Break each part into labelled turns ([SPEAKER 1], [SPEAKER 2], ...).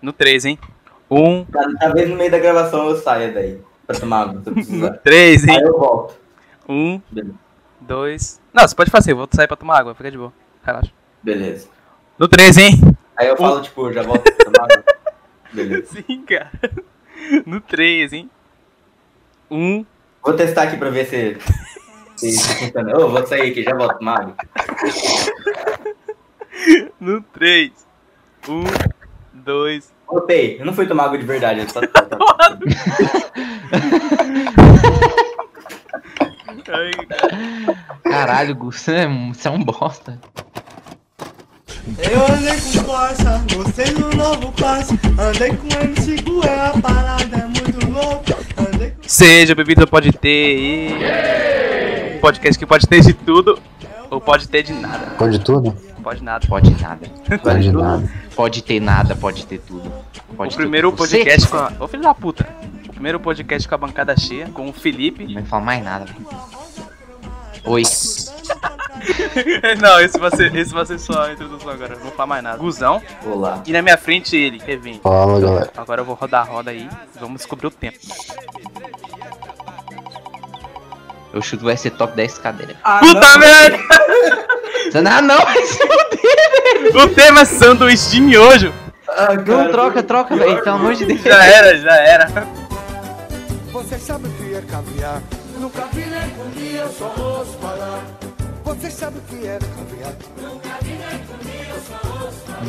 [SPEAKER 1] No 3, hein? Um,
[SPEAKER 2] Talvez Tá, no meio da gravação eu saia daí. Pra tomar água, se eu precisar.
[SPEAKER 1] três,
[SPEAKER 2] Aí
[SPEAKER 1] hein?
[SPEAKER 2] eu volto.
[SPEAKER 1] Um,
[SPEAKER 2] Beleza.
[SPEAKER 1] dois. Não, você pode fazer, eu vou sair pra tomar água, fica de boa. Relaxa.
[SPEAKER 2] Beleza.
[SPEAKER 1] No 3, hein?
[SPEAKER 2] Aí eu falo, tipo, eu já volto pra tomar água. Beleza.
[SPEAKER 1] Sim, cara. No 3, hein? Um.
[SPEAKER 2] Vou testar aqui pra ver se. Se, se funciona. Ô, vou sair aqui, já volto, tomar água.
[SPEAKER 1] No 3. Um, dois.
[SPEAKER 2] Voltei. Eu não fui tomar água de verdade, eu só.
[SPEAKER 1] Ai, cara.
[SPEAKER 3] Caralho, Gusto, você é um bosta.
[SPEAKER 4] Eu andei com Porsche, gostei do novo passo. Andei com MC Gué, a parada é muito louca. Andei com.
[SPEAKER 1] Seja bem-vindo ao Pode Ter e. Um podcast que pode ter de tudo ou pode ter de nada.
[SPEAKER 5] Pode tudo?
[SPEAKER 1] Pode nada.
[SPEAKER 3] Pode nada.
[SPEAKER 5] Pode nada.
[SPEAKER 3] Pode ter nada, pode ter tudo. Pode
[SPEAKER 1] o
[SPEAKER 3] ter
[SPEAKER 1] primeiro
[SPEAKER 3] tudo. Você
[SPEAKER 1] podcast
[SPEAKER 3] que
[SPEAKER 1] com a... Ô filho da puta. O primeiro podcast com a bancada cheia, com o Felipe.
[SPEAKER 3] Não fala mais nada. velho. Oi.
[SPEAKER 1] Não, esse vai ser, esse vai ser só a introdução agora. Não vou falar mais nada. Guzão.
[SPEAKER 2] Vou lá.
[SPEAKER 1] E na minha frente ele, Kevin.
[SPEAKER 5] Fala, galera.
[SPEAKER 1] Agora eu vou rodar a roda aí. Vamos descobrir o tempo.
[SPEAKER 3] Eu chuto vai ser top 10 cadeira.
[SPEAKER 2] Ah,
[SPEAKER 1] Puta merda!
[SPEAKER 3] Ah, não!
[SPEAKER 1] O tema é sanduíche de miojo.
[SPEAKER 3] Não, troca, troca, velho. Pelo amor de Deus.
[SPEAKER 1] Já era, já era.
[SPEAKER 4] Vocês sabem o que é caviar? Nunca vi nem comi, eu só ouço falar. Vocês sabem o que é caviar?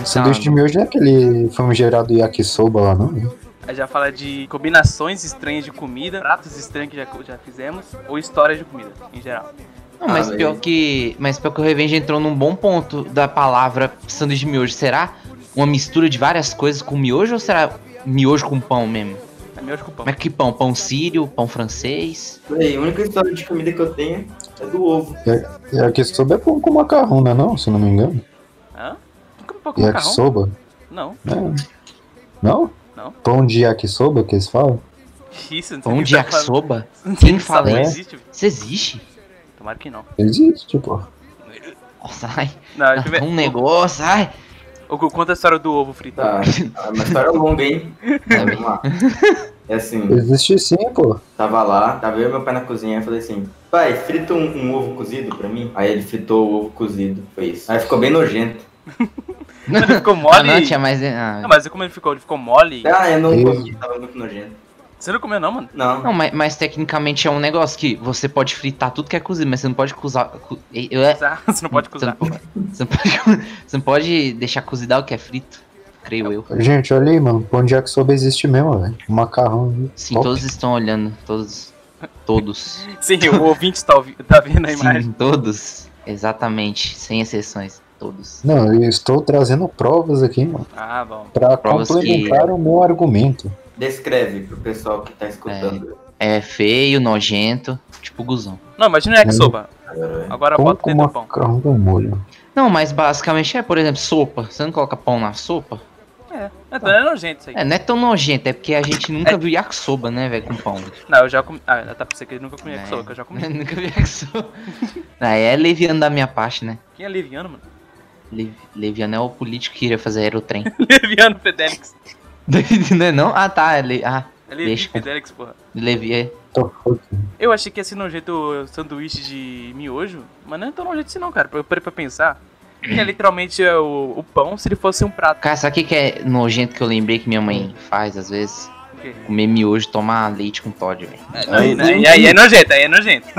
[SPEAKER 5] Sanduíche de miojo não é aquele famigerado yakisoba lá, não? né?
[SPEAKER 1] Aí já fala de combinações estranhas de comida, pratos estranhos que já, já fizemos, ou histórias de comida, em geral.
[SPEAKER 3] Não, mas
[SPEAKER 2] Ah,
[SPEAKER 3] pior
[SPEAKER 2] velho.
[SPEAKER 3] que. Mas pior que o Revenge entrou num bom ponto da palavra sanduíche de miojo. Será uma mistura de várias coisas com miojo ou será miojo com pão mesmo?
[SPEAKER 1] É miojo com pão.
[SPEAKER 3] Mas que pão? Pão sírio, pão francês?
[SPEAKER 2] Peraí, a única história de comida que eu tenho é do ovo.
[SPEAKER 5] Ya- Yakisoba é pão com macarrão, não é não? Se não me engano.
[SPEAKER 1] Hã? Tu come pão com macarrão?
[SPEAKER 5] Yakisoba?
[SPEAKER 1] Não.
[SPEAKER 5] É. Não?
[SPEAKER 1] Não.
[SPEAKER 5] Pão de yakisoba que eles falam?
[SPEAKER 1] Isso, não sei o
[SPEAKER 3] Pão
[SPEAKER 1] que
[SPEAKER 3] de
[SPEAKER 1] tá falando.
[SPEAKER 3] yakisoba?
[SPEAKER 1] Não sei
[SPEAKER 3] Quem né?
[SPEAKER 1] o que tá
[SPEAKER 3] fala
[SPEAKER 1] falando,
[SPEAKER 5] É?
[SPEAKER 3] isso?
[SPEAKER 1] existe, velho.
[SPEAKER 3] Isso existe?
[SPEAKER 1] Tomara que não.
[SPEAKER 5] Existe, pô.
[SPEAKER 3] Nossa, ai.
[SPEAKER 1] Não, deixa eu ver.
[SPEAKER 3] Um negócio, ai.
[SPEAKER 1] O Gu, conta a história do ovo frito.
[SPEAKER 3] Ah.
[SPEAKER 2] Tá, é uma história longa, hein?
[SPEAKER 3] Tá bem.
[SPEAKER 2] Vamos lá. É assim.
[SPEAKER 5] Existe sim, pô.
[SPEAKER 2] Tava lá, tava eu e meu pai na cozinha, eu falei assim, pai, frita um, um ovo cozido pra mim. Aí ele fritou o ovo cozido, foi isso. Aí ficou bem nojento.
[SPEAKER 1] Mas ele ficou
[SPEAKER 3] Ah,
[SPEAKER 1] mole.
[SPEAKER 3] não, tinha mais. ah,
[SPEAKER 1] Não, mas como ele ficou? Ele ficou mole.
[SPEAKER 3] É.
[SPEAKER 2] Ah, eu não
[SPEAKER 5] Isso.
[SPEAKER 2] comi, tava muito nojento.
[SPEAKER 1] Você não comeu não, mano?
[SPEAKER 2] Não,
[SPEAKER 3] Não, mas, mas tecnicamente é um negócio que você pode fritar tudo que é cozido, mas você não pode cozar. co- e- eu- é-
[SPEAKER 1] Você não pode cozinhar.
[SPEAKER 3] Você não, po- você não pode, você não pode deixar cozidar o que é frito, creio eu.
[SPEAKER 5] Gente, olha aí, mano. Pão de yakisoba existe mesmo, velho. Macarrão. viu?
[SPEAKER 3] Sim,
[SPEAKER 5] Top.
[SPEAKER 3] todos estão olhando, todos. Todos.
[SPEAKER 1] Sim, o ouvinte tá, ouvi- tá vendo a imagem.
[SPEAKER 3] Sim, todos. Exatamente, sem exceções, todos.
[SPEAKER 5] Não, eu estou trazendo provas aqui, mano.
[SPEAKER 1] Ah, bom.
[SPEAKER 5] Pra
[SPEAKER 3] Provas que-
[SPEAKER 5] complementar o meu argumento.
[SPEAKER 2] descreve pro pessoal que tá escutando.
[SPEAKER 3] É feio, nojento, tipo guzão.
[SPEAKER 1] Não, imagina o yakisoba.
[SPEAKER 2] Agora,
[SPEAKER 1] Agora
[SPEAKER 5] Pão
[SPEAKER 1] bota
[SPEAKER 5] com
[SPEAKER 1] dentro do pão.
[SPEAKER 5] macarrão com molho.
[SPEAKER 3] Não, mas basicamente é, por exemplo, sopa. Você não coloca pão na sopa?
[SPEAKER 1] É, então é nojento isso aí.
[SPEAKER 3] É, não é tão nojento, é porque a gente nunca viu yakisoba, né, velho, com pão.
[SPEAKER 1] Não, eu já comi. Ah, tá pra você que eu nunca comi
[SPEAKER 3] Né?
[SPEAKER 1] yakisoba, que eu já comi.
[SPEAKER 3] Nunca vi yakisoba. Ah, é leviano da minha parte, né?
[SPEAKER 1] Quem é leviano, mano?
[SPEAKER 3] Le- Leviano é o político que iria fazer aerotrem.
[SPEAKER 1] Leviano Fedelix.
[SPEAKER 3] não é não? Ah, tá. é Le... Ah,
[SPEAKER 1] É Levi
[SPEAKER 3] Deixa.
[SPEAKER 1] Fedelix, porra.
[SPEAKER 3] Levi é...
[SPEAKER 5] Tô foda.
[SPEAKER 1] Eu achei que ia ser nojento sanduíche de miojo, mas não é tão nojento assim não, cara. Eu parei pra pensar. Que é literalmente é o, o pão se ele fosse um prato.
[SPEAKER 3] Cara, sabe o que, que é nojento que eu lembrei que minha mãe faz às vezes?
[SPEAKER 1] Porque-
[SPEAKER 3] Comer miojo e tomar leite com Todd, velho.
[SPEAKER 1] Aí, aí, aí é nojento, aí é nojento.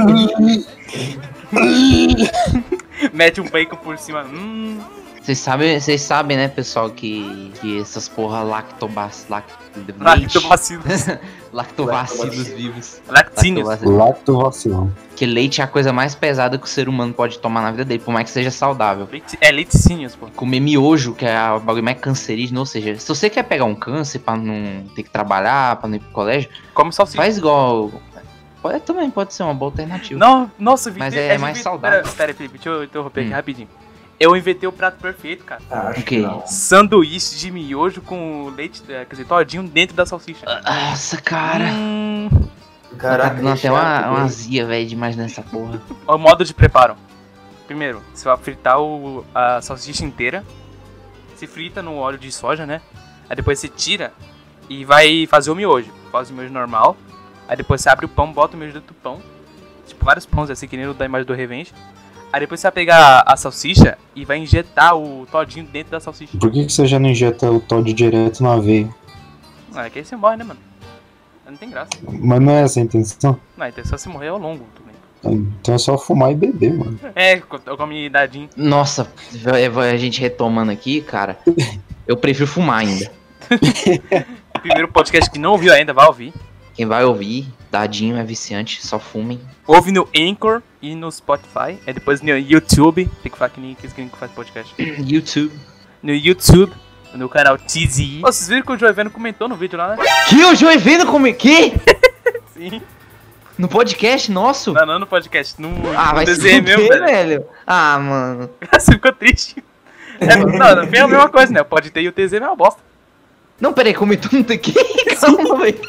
[SPEAKER 1] Mete um bacon por cima. Hum.
[SPEAKER 3] Vocês sabem, vocês sabem, né, pessoal, que, que essas porra lactobas... Lact...
[SPEAKER 1] Lactobacilos.
[SPEAKER 3] Lactobacilos vivos.
[SPEAKER 1] Lactíneos.
[SPEAKER 3] Lactobacilos.
[SPEAKER 5] Lacto vacilão.
[SPEAKER 3] Que leite é a coisa mais pesada que o ser humano pode tomar na vida dele, por mais que seja saudável.
[SPEAKER 1] Leite- É leiticínios, pô.
[SPEAKER 3] comer miojo, que é a- o bagulho mais cancerígeno, ou seja, se você quer pegar um câncer pra não ter que trabalhar, pra não ir pro colégio,
[SPEAKER 1] Come salsicha.
[SPEAKER 3] faz igual. Pode, também pode ser uma boa alternativa.
[SPEAKER 1] Não, nossa, eu
[SPEAKER 3] Mas
[SPEAKER 1] inventei-
[SPEAKER 3] é
[SPEAKER 1] eu
[SPEAKER 3] mais
[SPEAKER 1] inventei-
[SPEAKER 3] saudável.
[SPEAKER 1] Pera, pera aí, Felipe, deixa eu interromper aqui
[SPEAKER 3] Hum.
[SPEAKER 1] rapidinho. Eu inventei o prato perfeito, cara.
[SPEAKER 2] ah, acho
[SPEAKER 3] Ok.
[SPEAKER 2] que não.
[SPEAKER 1] Sanduíche de miojo com leite, é, quer dizer, todinho dentro da salsicha.
[SPEAKER 3] Nossa, cara.
[SPEAKER 1] Hum,
[SPEAKER 3] Caraca, dando até uma,
[SPEAKER 2] recheado
[SPEAKER 3] uma
[SPEAKER 2] com-
[SPEAKER 3] azia, velho, demais nessa porra.
[SPEAKER 1] ó, o modo de preparo. Primeiro, você vai fritar o- a salsicha inteira. Se frita no óleo de soja, né? Aí depois você tira e vai fazer o miojo. Faz o miojo normal. Aí depois você abre o pão, bota o miojo dentro do pão. Tipo, vários pães, assim, que nem o da imagem do Revenge. Aí depois você vai pegar a salsicha e vai injetar o todinho dentro da salsicha.
[SPEAKER 5] Por que, que você já não injeta o Todd direto na veia?
[SPEAKER 1] Ah, é que aí você morre, né, mano? Aí Não tem graça.
[SPEAKER 5] Mas não é essa a intenção.
[SPEAKER 1] Não, então é só se morrer ao longo também.
[SPEAKER 5] Então é só fumar e beber, mano.
[SPEAKER 1] É, com com a minha idadinha.
[SPEAKER 3] Nossa, vai- vai- a gente retomando aqui, cara. Eu prefiro fumar ainda.
[SPEAKER 1] Primeiro podcast que não ouviu ainda, vai ouvir.
[SPEAKER 3] Quem vai ouvir, dadinho é viciante, só fumem.
[SPEAKER 1] Ouve no Anchor e no Spotify. É depois no YouTube. Tem que falar que nem que esse gringo faz podcast.
[SPEAKER 3] YouTube.
[SPEAKER 1] No YouTube, no canal TZI. Ô, vocês viram que o Joeveno comentou no vídeo lá, né?
[SPEAKER 3] Que o Joey vendo como que?
[SPEAKER 1] Sim.
[SPEAKER 3] No podcast nosso?
[SPEAKER 1] Não, não no podcast. No,
[SPEAKER 3] Ah,
[SPEAKER 1] no
[SPEAKER 3] vai se
[SPEAKER 1] desenho mesmo,
[SPEAKER 3] fuder,
[SPEAKER 1] velho.
[SPEAKER 3] velho. Ah, mano.
[SPEAKER 1] Você ficou triste. É, não, não, bem a mesma coisa, né? Pode ter e o TZ é uma bosta.
[SPEAKER 3] Não, peraí, comentou no TQ? Calma, velho.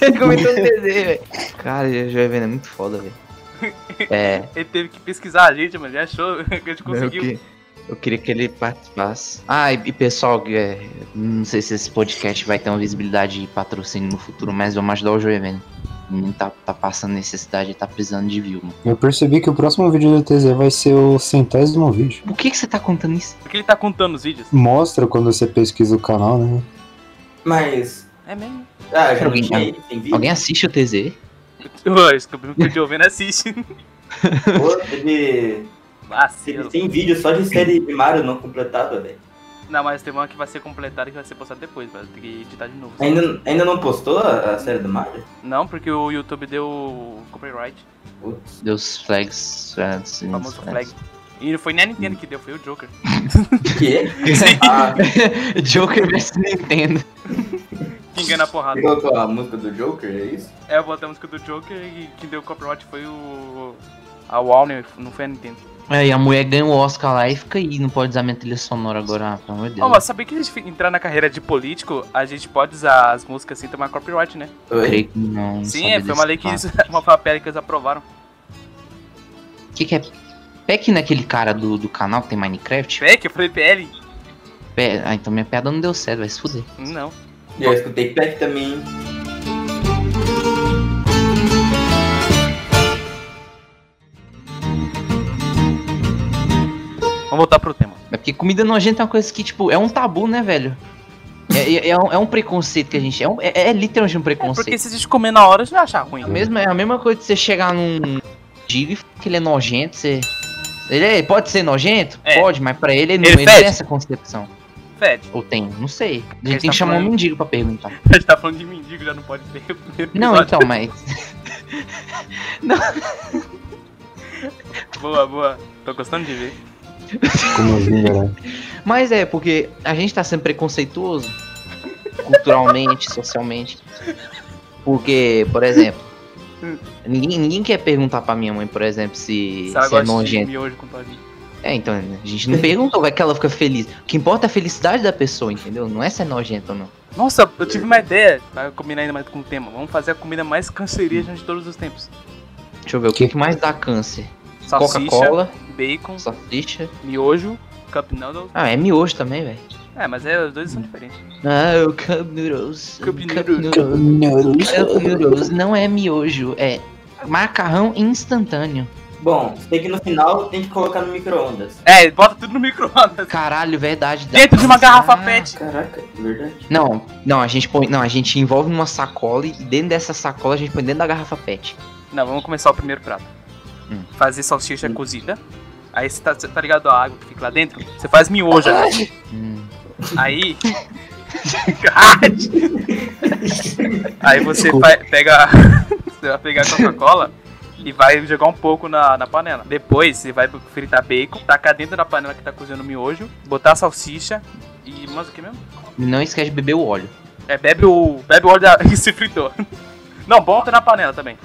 [SPEAKER 3] Ele comentou no TZ, velho. Cara, o Joey vendo é muito foda, velho. É.
[SPEAKER 1] Ele teve que pesquisar a gente, mano. Ele achou que a gente
[SPEAKER 3] Eu,
[SPEAKER 1] conseguiu.
[SPEAKER 3] que- eu queria que ele participasse. Ah, e e pessoal, é, não sei se esse podcast vai ter uma visibilidade e patrocínio no futuro, mas vamos ajudar o Joey vendo. O menino tá, tá passando necessidade, ele tá precisando de view, mano.
[SPEAKER 5] Eu percebi que o próximo vídeo do TZ vai ser o centésimo vídeo.
[SPEAKER 3] Por que, que você tá contando isso?
[SPEAKER 1] Porque ele tá contando os vídeos.
[SPEAKER 5] Mostra quando você pesquisa o canal, né?
[SPEAKER 2] Mas.
[SPEAKER 1] É mesmo.
[SPEAKER 2] Ah, já não
[SPEAKER 3] Alguém-
[SPEAKER 2] tinha tem vídeo?
[SPEAKER 3] Alguém assiste o TZ?
[SPEAKER 1] Ô, descobrimos que o Joeveno assiste.
[SPEAKER 2] Pô, teve, teve-
[SPEAKER 1] Vacilo.
[SPEAKER 2] tem vídeo só de série de Mario não completada, velho.
[SPEAKER 1] Não, mas tem uma que vai ser completada que vai ser postada depois, mas tem que editar de novo.
[SPEAKER 2] Ainda, ainda não postou a, a série do Mario?
[SPEAKER 1] Não, porque o YouTube deu copyright,
[SPEAKER 2] Putz.
[SPEAKER 3] Deus flags. flags,
[SPEAKER 1] o famoso
[SPEAKER 3] flags.
[SPEAKER 1] flag. E não foi nem a Nintendo que deu, foi o Joker.
[SPEAKER 2] Que? Ah,
[SPEAKER 3] Joker vs Nintendo.
[SPEAKER 1] Que engana a porrada.
[SPEAKER 2] colocou a música do Joker, é isso?
[SPEAKER 1] É, eu botei a música do Joker e quem deu copyright foi o. A Warner, não foi a Nintendo.
[SPEAKER 3] Aí a mulher ganha o Oscar lá e fica aí, não pode usar minha trilha sonora agora, ah, pelo amor de
[SPEAKER 1] Ó,
[SPEAKER 3] Deus.
[SPEAKER 1] mas sabia que a gente entrar na carreira de político, a gente pode usar as músicas sem tomar copyright, né?
[SPEAKER 2] Oi?
[SPEAKER 3] Creio que não, não
[SPEAKER 1] Sim,
[SPEAKER 3] sabia
[SPEAKER 1] é, foi uma
[SPEAKER 3] desse
[SPEAKER 1] lei que
[SPEAKER 3] fato.
[SPEAKER 1] eles, uma papel que eles aprovaram.
[SPEAKER 3] O que, que é? Peck naquele cara do, do canal que tem Minecraft?
[SPEAKER 1] Fake, eu falei PL.
[SPEAKER 3] Pe- Ah, então minha piada não deu certo, vai se fuder.
[SPEAKER 1] Não.
[SPEAKER 2] E eu escutei Peck também.
[SPEAKER 1] Vamos voltar pro tema.
[SPEAKER 3] É porque comida nojenta é uma coisa que, tipo, é um tabu, né, velho? É, é- é um, é um preconceito que a gente. É, um- é- é literalmente um
[SPEAKER 1] É, porque
[SPEAKER 3] preconceito.
[SPEAKER 1] se a gente comer na hora, a gente vai achar ruim.
[SPEAKER 3] É, a mesma, é a mesma coisa de você chegar num digo e falar que ele é nojento, você. Ele é- pode ser nojento?
[SPEAKER 1] É.
[SPEAKER 3] Pode, mas pra ele ele não,
[SPEAKER 1] Ele
[SPEAKER 3] ele não
[SPEAKER 1] fede?
[SPEAKER 3] tem essa concepção.
[SPEAKER 1] Fede.
[SPEAKER 3] Ou tem, não sei. A
[SPEAKER 1] Ele
[SPEAKER 3] gente tem
[SPEAKER 1] tá
[SPEAKER 3] que chamar um
[SPEAKER 1] falando-
[SPEAKER 3] mendigo pra perguntar.
[SPEAKER 1] A gente tá falando de mendigo, já não pode ter o primeiro
[SPEAKER 3] Não,
[SPEAKER 1] episódio.
[SPEAKER 3] então, mas.
[SPEAKER 1] Boa, boa. Tô gostando de ver.
[SPEAKER 5] Como assim, galera?
[SPEAKER 3] Mas é, porque a gente tá sendo preconceituoso culturalmente, socialmente. Porque, por exemplo, ninguém, ninguém quer perguntar pra minha mãe, por exemplo, se,
[SPEAKER 1] Se ela
[SPEAKER 3] se é
[SPEAKER 1] gosta de
[SPEAKER 3] nojento.
[SPEAKER 1] miojo com todinho.
[SPEAKER 3] É, então, a gente não perguntou, vai que ela fica feliz. O que importa é a felicidade da pessoa, entendeu? Não é se é nojento ou não.
[SPEAKER 1] Nossa, eu tive uma ideia. Vai combinar ainda mais com o tema. Vamos fazer a comida mais cancerígena de todos os tempos.
[SPEAKER 3] Deixa eu ver, o que, que mais dá câncer?
[SPEAKER 1] Salsicha,
[SPEAKER 3] Coca-Cola,
[SPEAKER 1] bacon,
[SPEAKER 3] salsicha.
[SPEAKER 1] miojo, cup noodles.
[SPEAKER 3] Ah, é miojo também, velho.
[SPEAKER 1] É, mas é, os dois são diferentes.
[SPEAKER 3] Ah, o Cup Noodles.
[SPEAKER 1] Cup
[SPEAKER 3] Cup
[SPEAKER 1] noodles.
[SPEAKER 3] noodles.
[SPEAKER 5] é
[SPEAKER 3] Cup Noodles não é miojo, é macarrão instantâneo.
[SPEAKER 2] Bom, sei que no final tem que colocar no micro-ondas.
[SPEAKER 1] É, bota tudo no micro-ondas.
[SPEAKER 3] Caralho, verdade. dá-
[SPEAKER 1] Dentro de uma garrafa
[SPEAKER 3] Ah.
[SPEAKER 1] pet.
[SPEAKER 2] Caraca, é verdade.
[SPEAKER 3] Não, não, a gente põe. Não, a gente envolve numa sacola e dentro dessa sacola a gente põe dentro da garrafa pet.
[SPEAKER 1] Não, vamos começar o primeiro prato.
[SPEAKER 3] Hum.
[SPEAKER 1] Fazer salsicha cozida. Aí você tá, cê tá ligado à água que fica lá dentro? Você faz miojo. né?
[SPEAKER 3] Hum.
[SPEAKER 1] Aí. aí você
[SPEAKER 5] Desculpa.
[SPEAKER 1] fa- pega. você vai pegar a Coca-Cola e vai jogar um pouco na, na panela. Depois você vai fritar bacon, tacar dentro da panela que tá cozinhando o miojo, botar a salsicha e. Mas o que mesmo?
[SPEAKER 3] Não esquece de beber o óleo.
[SPEAKER 1] É, bebe o. Bebe o óleo da, que se fritou. Não, bota na panela também.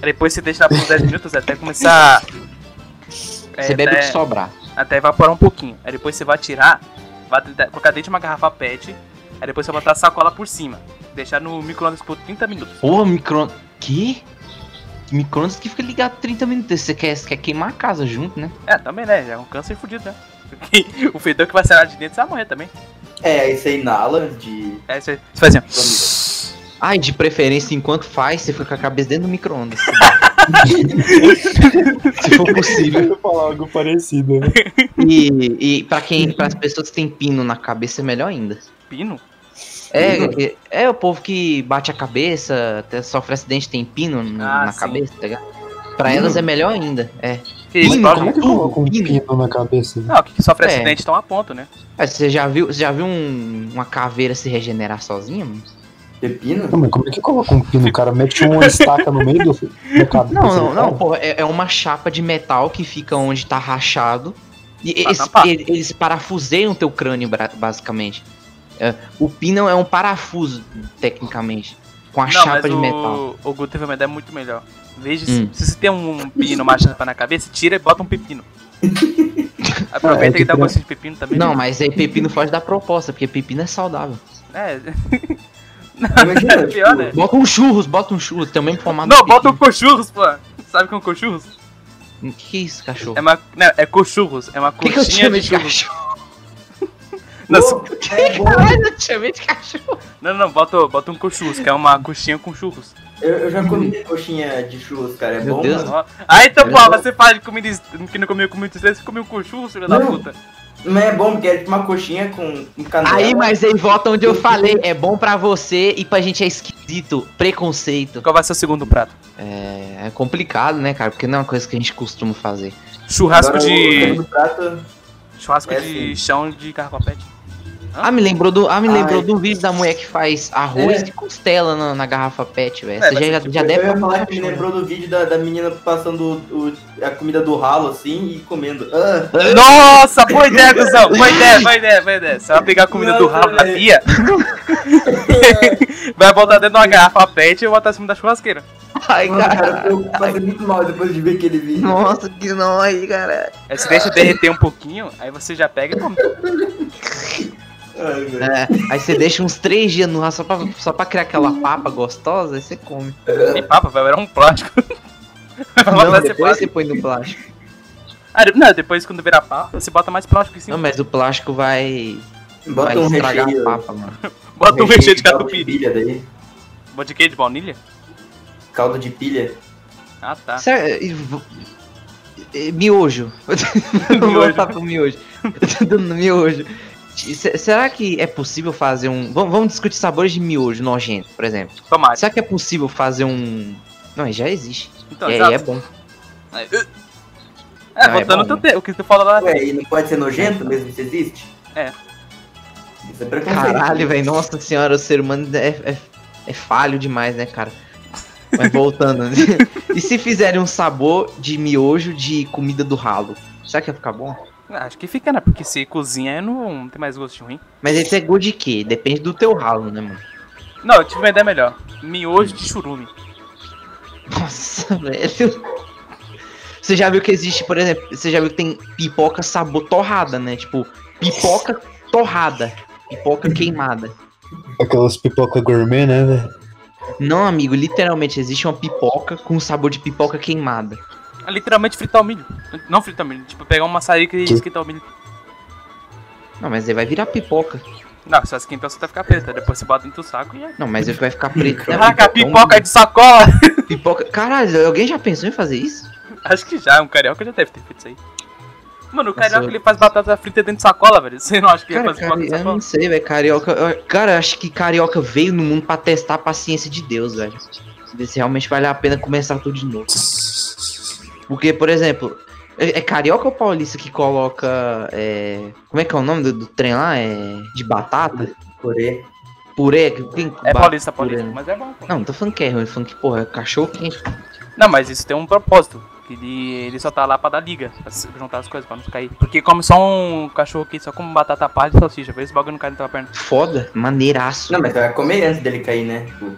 [SPEAKER 1] Aí Depois você deixa lá por uns 10 minutos até começar. é,
[SPEAKER 3] Você bebe o
[SPEAKER 1] até-
[SPEAKER 3] que sobrar.
[SPEAKER 1] até evaporar um pouquinho. Aí depois você vai tirar, vai tentar colocar dentro de uma garrafa PET, aí depois você vai botar a sacola por cima. Deixar no micro-ondas por 30 minutos.
[SPEAKER 3] Porra, micro. Que? Micro-ondas que fica ligado 30 minutos. Você quer, você quer queimar a casa junto, né?
[SPEAKER 1] É, também né? É um câncer fudido, né? Porque o fedor que vai sair lá de dentro você vai morrer também.
[SPEAKER 2] É, aí você inala de.
[SPEAKER 1] É, você, você faz assim. ó.
[SPEAKER 3] Ai, de preferência, enquanto faz, você fica com a cabeça dentro do micro-ondas. Se for possível.
[SPEAKER 5] Eu falar algo parecido. né?
[SPEAKER 3] E, e para quem, para as pessoas que têm pino na cabeça, é melhor ainda.
[SPEAKER 1] Pino? Uhum.
[SPEAKER 3] É, é, é o povo que bate a cabeça, até sofre acidente, tem pino na,
[SPEAKER 1] Ah,
[SPEAKER 3] na
[SPEAKER 1] sim. Uhum.
[SPEAKER 3] cabeça, tá ligado? Pra elas é melhor ainda, é.
[SPEAKER 1] Que isso,
[SPEAKER 3] Pino,
[SPEAKER 1] prova-
[SPEAKER 5] Como é que
[SPEAKER 3] tudo,
[SPEAKER 5] coloca um
[SPEAKER 3] pino.
[SPEAKER 5] pino na cabeça? né?
[SPEAKER 1] Não, que sofre
[SPEAKER 3] É.
[SPEAKER 1] acidente estão a ponto, né?
[SPEAKER 3] É, Você já viu, você já viu um- uma caveira se regenerar sozinha? mano?
[SPEAKER 2] Pepino?
[SPEAKER 5] Não, mas como é que coloca um pino? O cara mete uma estaca no meio do, do cabeça.
[SPEAKER 3] Não, não,
[SPEAKER 5] do
[SPEAKER 3] não,
[SPEAKER 5] cara.
[SPEAKER 3] pô, é, é uma chapa de metal que fica onde tá rachado. E
[SPEAKER 1] Pra
[SPEAKER 3] eles,
[SPEAKER 1] tampar.
[SPEAKER 3] ele- eles parafuseiam teu crânio, bra- basicamente. É, o pino é um parafuso, tecnicamente. Com a
[SPEAKER 1] Não,
[SPEAKER 3] chapa
[SPEAKER 1] mas
[SPEAKER 3] de
[SPEAKER 1] o,
[SPEAKER 3] metal.
[SPEAKER 1] o Guto teve uma ideia muito melhor. Veja
[SPEAKER 3] Hum.
[SPEAKER 1] se, se você tem um pino, uma chapa na cabeça, tira e bota um pepino.
[SPEAKER 5] Ah, é
[SPEAKER 1] Aproveita
[SPEAKER 5] que
[SPEAKER 1] e dá
[SPEAKER 5] pra-
[SPEAKER 1] gosto de pepino também. né?
[SPEAKER 3] Não, mas aí pepino foge da proposta, porque pepino é saudável.
[SPEAKER 1] É,
[SPEAKER 2] Imagina,
[SPEAKER 1] pior, né?
[SPEAKER 3] Bota um churros, bota um churros, tem o mesmo formato.
[SPEAKER 1] Não,
[SPEAKER 3] do
[SPEAKER 1] bota um
[SPEAKER 3] pepino.
[SPEAKER 1] cochurros, pô. Sabe o que é um cochurros?
[SPEAKER 3] O que, que é isso, cachorro?
[SPEAKER 1] É uma. Não, é cochurros. É uma
[SPEAKER 3] O que, que eu te
[SPEAKER 1] coxinha
[SPEAKER 3] chamei
[SPEAKER 1] de
[SPEAKER 3] de
[SPEAKER 1] churros.
[SPEAKER 3] cachorro?
[SPEAKER 1] Não,
[SPEAKER 2] É bom.
[SPEAKER 3] Caralho, eu te chamei de cachorro.
[SPEAKER 1] não, não, bota, bota um cochurros, que é uma coxinha com churros.
[SPEAKER 2] Eu, eu já comi coxinha de churros, cara. É
[SPEAKER 3] Meu
[SPEAKER 2] bom,
[SPEAKER 3] Deus.
[SPEAKER 2] mano.
[SPEAKER 1] Ó. Ah, então, pô, você fala de comida es- que não comeu comida estranha, você comeu cochurros, filho da
[SPEAKER 2] Não.
[SPEAKER 1] puta.
[SPEAKER 2] Não é bom, porque é tipo uma coxinha com com canela.
[SPEAKER 3] Aí, mas aí volta onde eu falei. É bom pra você e pra gente é esquisito. Preconceito.
[SPEAKER 1] Qual vai ser o segundo prato?
[SPEAKER 3] É, é complicado, né, cara? Porque não é uma coisa que a gente costuma fazer.
[SPEAKER 1] Churrasco
[SPEAKER 2] Agora, o
[SPEAKER 1] de.
[SPEAKER 2] nome do prato-
[SPEAKER 1] Churrasco
[SPEAKER 2] É
[SPEAKER 1] de
[SPEAKER 2] assim.
[SPEAKER 1] chão de carpapete.
[SPEAKER 3] Ah, me lembrou do, ah, me
[SPEAKER 2] Ai.
[SPEAKER 3] lembrou do vídeo da mulher que faz arroz
[SPEAKER 2] É.
[SPEAKER 3] e costela na, na garrafa pet, velho.
[SPEAKER 1] É,
[SPEAKER 3] Você
[SPEAKER 1] mas
[SPEAKER 3] já,
[SPEAKER 1] é tipo-
[SPEAKER 3] já
[SPEAKER 2] Eu
[SPEAKER 3] deve
[SPEAKER 2] ia
[SPEAKER 3] tá
[SPEAKER 2] falar que me
[SPEAKER 3] achando.
[SPEAKER 2] lembrou do vídeo da, da menina passando o- o- a comida do ralo assim e comendo. Ah,
[SPEAKER 1] Nossa, boa ideia, cuzão. Boa ideia, boa ideia, boa ideia. Você vai pegar a comida do rabo da pia. vai botar dentro de uma garrafa pet e botar em cima da churrasqueira.
[SPEAKER 3] Ai,
[SPEAKER 2] mano,
[SPEAKER 3] É cara.
[SPEAKER 2] cara, eu passei muito mal depois de ver aquele vídeo.
[SPEAKER 3] Nossa, que não aí, cara.
[SPEAKER 1] Aí você deixa derreter um pouquinho, aí você já pega e come.
[SPEAKER 2] Ai, velho.
[SPEAKER 3] É, aí você deixa uns três dias no ar só pra, só pra criar aquela papa gostosa, aí você come.
[SPEAKER 1] E papo, vai virar um plástico. Vai
[SPEAKER 3] Não,
[SPEAKER 1] botar esse
[SPEAKER 3] depois
[SPEAKER 1] plástico.
[SPEAKER 3] você põe no plástico.
[SPEAKER 1] Ah, não, depois quando virar papo, você bota mais plástico em
[SPEAKER 3] Não,
[SPEAKER 1] cima.
[SPEAKER 3] mas o plástico vai, É, vai
[SPEAKER 2] Bota um
[SPEAKER 3] estragar
[SPEAKER 2] recheio.
[SPEAKER 3] a papa, mano.
[SPEAKER 1] bota
[SPEAKER 3] é
[SPEAKER 1] um recheio de
[SPEAKER 3] tá
[SPEAKER 2] caldo
[SPEAKER 1] catupiry.
[SPEAKER 2] pilha daí.
[SPEAKER 1] Bota de quê? De baunilha?
[SPEAKER 2] Caldo de pilha.
[SPEAKER 1] Ah, tá.
[SPEAKER 3] Sério, e vo- e- miojo. Vou
[SPEAKER 1] Miojo.
[SPEAKER 3] voltar pro miojo. Tô dando miojo. Se- Será que é possível fazer um. Vamos, vamos discutir sabores de miojo nojento, por exemplo.
[SPEAKER 1] Tomate.
[SPEAKER 3] Será que é possível fazer um. Não, já existe.
[SPEAKER 1] Então,
[SPEAKER 3] e aí
[SPEAKER 1] exato.
[SPEAKER 3] é bom.
[SPEAKER 1] Aí, uh. É,
[SPEAKER 3] Não, é
[SPEAKER 1] botando
[SPEAKER 3] bom,
[SPEAKER 1] teu te- o que tu fala lá.
[SPEAKER 2] Ué, e não pode ser nojento mesmo se existe?
[SPEAKER 1] É.
[SPEAKER 2] Isso é preconceito.
[SPEAKER 3] Caralho, velho. Nossa senhora, o ser humano é, é, é falho demais, né, cara? Mas voltando. né? e se fizerem um sabor de miojo de comida do ralo? Será que ia ficar bom?
[SPEAKER 1] Ah, Acho que fica, né? Porque se cozinha não, não tem mais gosto de ruim.
[SPEAKER 3] Mas esse é gosto de quê? Depende do teu ralo, né, mano?
[SPEAKER 1] Não, eu tive uma ideia melhor. Miojo de churume.
[SPEAKER 3] Nossa, velho. Você já viu que existe, por exemplo, você já viu que tem pipoca sabor torrada, né? Tipo, pipoca torrada. Pipoca queimada.
[SPEAKER 5] Aquelas pipoca gourmet, né, velho?
[SPEAKER 3] Não, amigo, literalmente existe uma pipoca com sabor de pipoca queimada.
[SPEAKER 1] É literalmente fritar o milho. Não fritar o milho, tipo, pegar uma maçarica e
[SPEAKER 5] Que?
[SPEAKER 1] esquentar o milho.
[SPEAKER 3] Não, mas aí vai virar pipoca.
[SPEAKER 1] Não, só esquentar você vai ficar preta. Depois você bota dentro do saco e é.
[SPEAKER 3] Não, mas aí vai ficar preto. né?
[SPEAKER 1] Caraca,
[SPEAKER 3] Pipocão,
[SPEAKER 1] pipoca é de sacola!
[SPEAKER 3] pipoca. Caralho, alguém já pensou em fazer isso?
[SPEAKER 1] Acho que já, um carioca já deve ter feito isso aí. Mano, o carioca
[SPEAKER 3] eu-
[SPEAKER 1] ele faz batata frita dentro de sacola, velho. Você não acha que ele
[SPEAKER 3] Cara,
[SPEAKER 1] faz
[SPEAKER 3] cara,
[SPEAKER 1] pipoca de
[SPEAKER 3] eu
[SPEAKER 1] sacola?
[SPEAKER 3] não sei, velho. Carioca. eu- Cara, eu acho que carioca veio no mundo pra testar a paciência de Deus, velho. Ver se realmente vale a pena começar tudo de novo. Porque, por exemplo, é, é carioca ou paulista que coloca. é, como é que é o nome do, do trem lá? É, de batata?
[SPEAKER 2] Corê.
[SPEAKER 3] Purê? que- Quem,
[SPEAKER 1] É
[SPEAKER 3] ba-
[SPEAKER 1] paulista,
[SPEAKER 3] purê,
[SPEAKER 1] paulista,
[SPEAKER 3] né?
[SPEAKER 1] mas é bom. pô.
[SPEAKER 3] Não, não tô falando que é ruim, tô falando que, porra, é cachorro quente.
[SPEAKER 1] Não, mas isso tem um propósito. Que ele, ele só tá lá pra dar liga, pra se- juntar as coisas, pra não cair. Porque come só um cachorro aqui, só come batata palha e salsicha. Vê esse bagulho não cai na tua perna.
[SPEAKER 3] Foda, maneiraço.
[SPEAKER 2] Não, mas você vai comer antes dele cair, né? Tipo,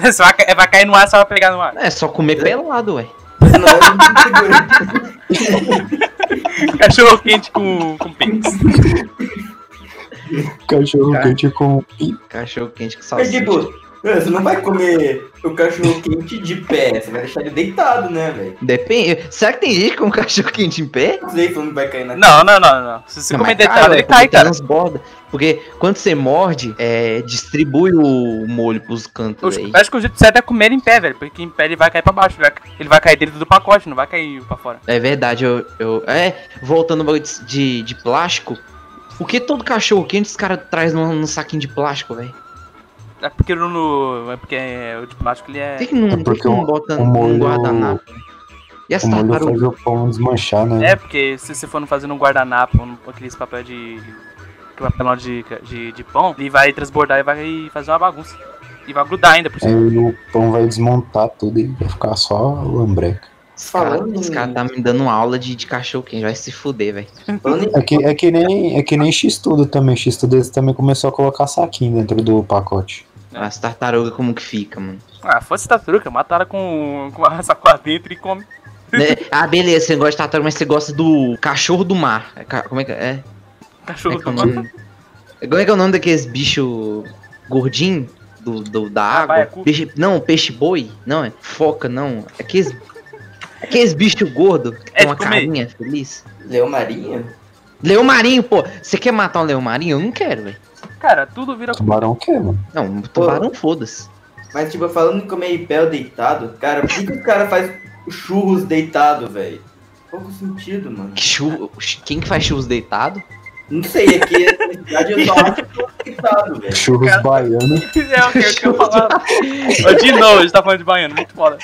[SPEAKER 1] Você vai, ca- vai cair no ar, só vai pegar no ar.
[SPEAKER 3] É só comer pelado, ué.
[SPEAKER 2] senão ele não é segura.
[SPEAKER 1] Cachorro quente com, com pix.
[SPEAKER 5] Cachorro
[SPEAKER 3] Cara.
[SPEAKER 5] quente com
[SPEAKER 3] Cachorro quente com
[SPEAKER 2] Mas,
[SPEAKER 3] salsicha.
[SPEAKER 2] tipo, você não vai comer o cachorro quente de pé, você vai deixar ele deitado, né, velho?
[SPEAKER 3] Depende. Será que tem gente com cachorro quente em pé?
[SPEAKER 2] Não sei se não vai cair na
[SPEAKER 1] Não, não, não, não. Se você
[SPEAKER 3] Não,
[SPEAKER 1] comer
[SPEAKER 3] mas,
[SPEAKER 1] deitado, ele
[SPEAKER 3] velho,
[SPEAKER 1] cai,
[SPEAKER 3] porque
[SPEAKER 1] cara.
[SPEAKER 3] Transborda. Tá Porque quando você morde, é, distribui o molho pros cantos
[SPEAKER 1] Os-
[SPEAKER 3] aí.
[SPEAKER 1] acho que o jeito certo é comer em pé, velho. Porque em pé ele vai cair pra baixo. Ele vai, ele vai cair dentro do pacote, não vai cair pra fora.
[SPEAKER 3] É verdade, eu. eu é, voltando ao bagulho de, de, de plástico. Por que todo cachorro quente os caras traz num, num saquinho de plástico, velho?
[SPEAKER 1] É porque no- no. É porque é, o de plástico ele é.
[SPEAKER 3] Por que, que não,
[SPEAKER 5] É
[SPEAKER 3] por que que
[SPEAKER 5] porque
[SPEAKER 3] não
[SPEAKER 5] o-
[SPEAKER 3] bota
[SPEAKER 5] o
[SPEAKER 3] num
[SPEAKER 5] molho-
[SPEAKER 3] guardanapo? E as
[SPEAKER 5] O molho
[SPEAKER 3] tartarugas?
[SPEAKER 5] faz o pão desmanchar, né?
[SPEAKER 1] É, porque se você for no fazer um guardanapo, um, aqueles papel de. que papelão de, de, de pão, ele vai transbordar e vai fazer uma bagunça. E vai grudar ainda por cima.
[SPEAKER 2] É.
[SPEAKER 5] Aí o pão vai desmontar tudo e vai ficar só lambreca.
[SPEAKER 3] Os caras
[SPEAKER 2] Falando em-
[SPEAKER 3] cara tá me dando aula de, de cachorro quente, vai se fuder, velho.
[SPEAKER 2] Falando em
[SPEAKER 5] É que, é que nem, é que nem X-Tudo também. X-Tudo eles também começou a colocar saquinho dentro do pacote.
[SPEAKER 1] É.
[SPEAKER 3] As tartarugas como que fica, mano?
[SPEAKER 1] Ah, fosse tartaruga, mata ela com, com a sacola dentro e come.
[SPEAKER 3] Né? Ah, beleza, você não gosta de tartaruga, mas você gosta do cachorro do mar. É ca- Como é que é?
[SPEAKER 1] Cachorro
[SPEAKER 3] é que é o
[SPEAKER 1] do mar.
[SPEAKER 3] nome? Como é que é o nome daqueles bicho gordinho do, do- da água?
[SPEAKER 1] baiacu.
[SPEAKER 3] Peixe- não, peixe boi? Não, é foca, não. Aqueles, aqueles bicho gordo que
[SPEAKER 1] É
[SPEAKER 3] tem uma
[SPEAKER 1] de comer.
[SPEAKER 3] carinha feliz.
[SPEAKER 2] Leão Marinho,
[SPEAKER 3] Leão marinho, pô. Você quer matar um leão marinho? Eu não quero, velho.
[SPEAKER 1] Cara, tudo vira.
[SPEAKER 5] Tubarão o quê, mano?
[SPEAKER 3] Não, um tubarão foda-se.
[SPEAKER 2] mas tipo, falando em comer em pé ou deitado, cara, por que que o cara faz churros deitado, velho? Pouco sentido, mano.
[SPEAKER 3] Que chu- Quem que faz churros deitado?
[SPEAKER 2] Não sei, aqui na cidade eu só acho churros deitado,
[SPEAKER 1] É.
[SPEAKER 2] velho.
[SPEAKER 5] Churros
[SPEAKER 1] Cara-
[SPEAKER 5] baiano.
[SPEAKER 1] É o que eu quero falar. Ô, de novo, a gente tá falando de baiano, muito foda.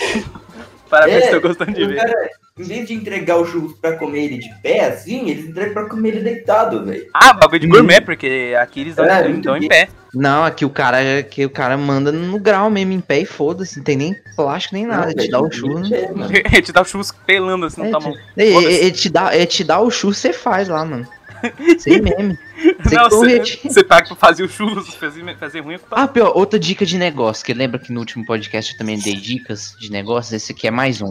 [SPEAKER 1] Parabéns,
[SPEAKER 2] É,
[SPEAKER 1] tô gostando de
[SPEAKER 2] O
[SPEAKER 1] ver.
[SPEAKER 2] cara, em vez de entregar o churros pra comer ele de pé, assim, eles entregam pra comer ele deitado, velho.
[SPEAKER 1] Ah, bagulho de gourmet, porque aqui eles dão,
[SPEAKER 2] É,
[SPEAKER 1] eles
[SPEAKER 2] muito
[SPEAKER 1] dão em
[SPEAKER 2] bem.
[SPEAKER 1] pé.
[SPEAKER 3] Não, aqui o cara é que o cara manda no grau mesmo, em pé e foda-se, não tem nem plástico nem nada, ele te dá o churro. né?
[SPEAKER 2] É, mano.
[SPEAKER 1] Ele te dá o churrasco pelando assim na
[SPEAKER 3] É,
[SPEAKER 1] tua mão.
[SPEAKER 3] Ele,
[SPEAKER 1] Foda-se.
[SPEAKER 3] ele te dá, ele te dá o churro, você faz lá, mano. Sem meme. Sem
[SPEAKER 1] Não,
[SPEAKER 3] correte.
[SPEAKER 1] você você tá que fazia o churros, fazer, fazer ruim é culpa.
[SPEAKER 3] Ah, pior, outra dica de negócio, que lembra que no último podcast eu também dei dicas de negócio, esse aqui é mais um.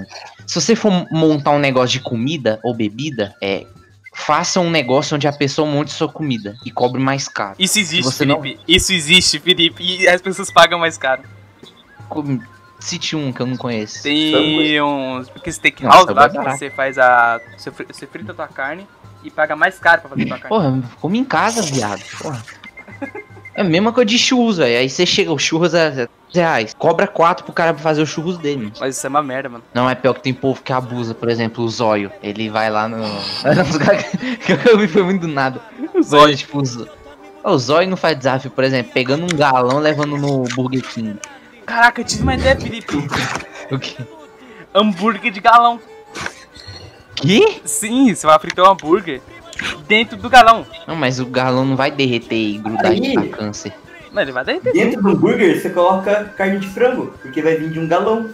[SPEAKER 3] Se você for montar um negócio de comida ou bebida, é faça um negócio onde a pessoa monte sua comida e cobre mais caro.
[SPEAKER 1] Isso existe,
[SPEAKER 3] Você não-
[SPEAKER 1] Felipe. Isso existe, Felipe. E as pessoas pagam mais caro.
[SPEAKER 3] Como- Cite um que eu não conheço.
[SPEAKER 1] Tem uns. Porque
[SPEAKER 3] Nossa,
[SPEAKER 1] steakhouse
[SPEAKER 3] eu
[SPEAKER 1] lá
[SPEAKER 3] vou
[SPEAKER 1] que
[SPEAKER 3] adorar.
[SPEAKER 1] você faz a. Você fri- você frita a tua carne e paga mais caro pra fazer a tua carne.
[SPEAKER 3] Porra, come em casa, viado. Porra. É a mesma coisa de churros, velho. Aí você chega, o churros é 10 reais. Cobra 4 pro cara fazer os churros dele. mano.
[SPEAKER 1] Mas isso é uma merda, mano.
[SPEAKER 3] Não é pior que tem povo que abusa, por exemplo, o zóio. Ele vai lá no. Os caras que eu vi foi muito do nada. O zóio, tipo, o zóio. O zóio não faz desafio, por exemplo, pegando um galão levando no Burger King.
[SPEAKER 1] Caraca, eu tive uma ideia, Felipe.
[SPEAKER 3] O quê?
[SPEAKER 1] hambúrguer de galão.
[SPEAKER 3] Que?
[SPEAKER 1] Sim, você vai fritar um hambúrguer dentro do galão.
[SPEAKER 3] Não, mas o galão não vai derreter e grudar e dar câncer.
[SPEAKER 1] Não, ele vai derreter.
[SPEAKER 2] Dentro do hambúrguer, você coloca carne de frango, porque vai vir de um galão.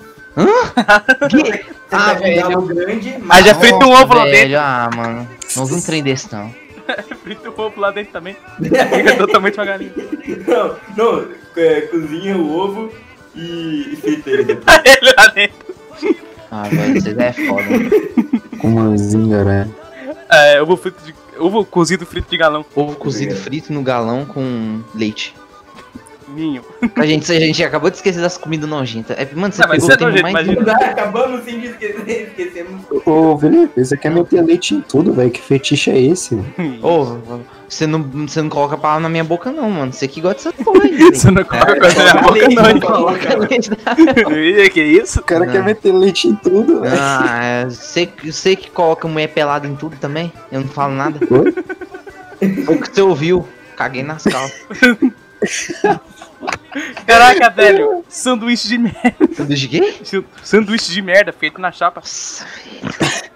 [SPEAKER 3] Que?
[SPEAKER 2] Você
[SPEAKER 3] Ah,
[SPEAKER 2] pega um
[SPEAKER 3] velho.
[SPEAKER 2] galão grande,
[SPEAKER 1] Mas já frita um ovo lá dentro.
[SPEAKER 3] Velho, ah, mano. Não vi um trem desse, não.
[SPEAKER 1] Frita um ovo lá dentro também. Fica totalmente uma galinha.
[SPEAKER 2] Não, não, é, cozinha o ovo e, e frita ele. depois.
[SPEAKER 1] Ele é lá dentro.
[SPEAKER 3] Ah, velho, vocês é foda.
[SPEAKER 5] Com né? uma zingaré.
[SPEAKER 1] É, ovo frito de. Ovo cozido frito de galão.
[SPEAKER 3] Ovo cozido frito no galão com leite.
[SPEAKER 1] Ninho.
[SPEAKER 3] A gente, a gente acabou de esquecer das comidas nojentas. É, mano, você
[SPEAKER 1] Não, mas
[SPEAKER 3] pegou
[SPEAKER 1] isso é
[SPEAKER 3] o termo
[SPEAKER 1] nojento,
[SPEAKER 3] mais...
[SPEAKER 1] imagina.
[SPEAKER 2] Ah, Acabamos sem de esquecer, esquecemos.
[SPEAKER 5] Ô, Felipe, você quer meter leite em tudo, velho? Que fetiche é esse?
[SPEAKER 3] Ô, você não, você não coloca a palavra na minha boca não, mano. Você que gosta dessa porra aí. velho.
[SPEAKER 1] Você não coloca coisa na boca, não,
[SPEAKER 3] Não
[SPEAKER 1] hein?
[SPEAKER 3] coloca leite na-
[SPEAKER 1] é, Ih, Que isso?
[SPEAKER 5] O cara
[SPEAKER 3] Não.
[SPEAKER 5] quer meter leite em tudo, velho.
[SPEAKER 3] Ah, é, você, que- você que coloca mulher pelada em tudo também? Eu não falo nada.
[SPEAKER 5] Oi?
[SPEAKER 3] O que você ouviu? Caguei nas calças.
[SPEAKER 1] Caraca, velho. Sanduíche de merda.
[SPEAKER 3] Tudo de quê?
[SPEAKER 1] Sanduíche de merda feito na chapa.
[SPEAKER 3] Nossa,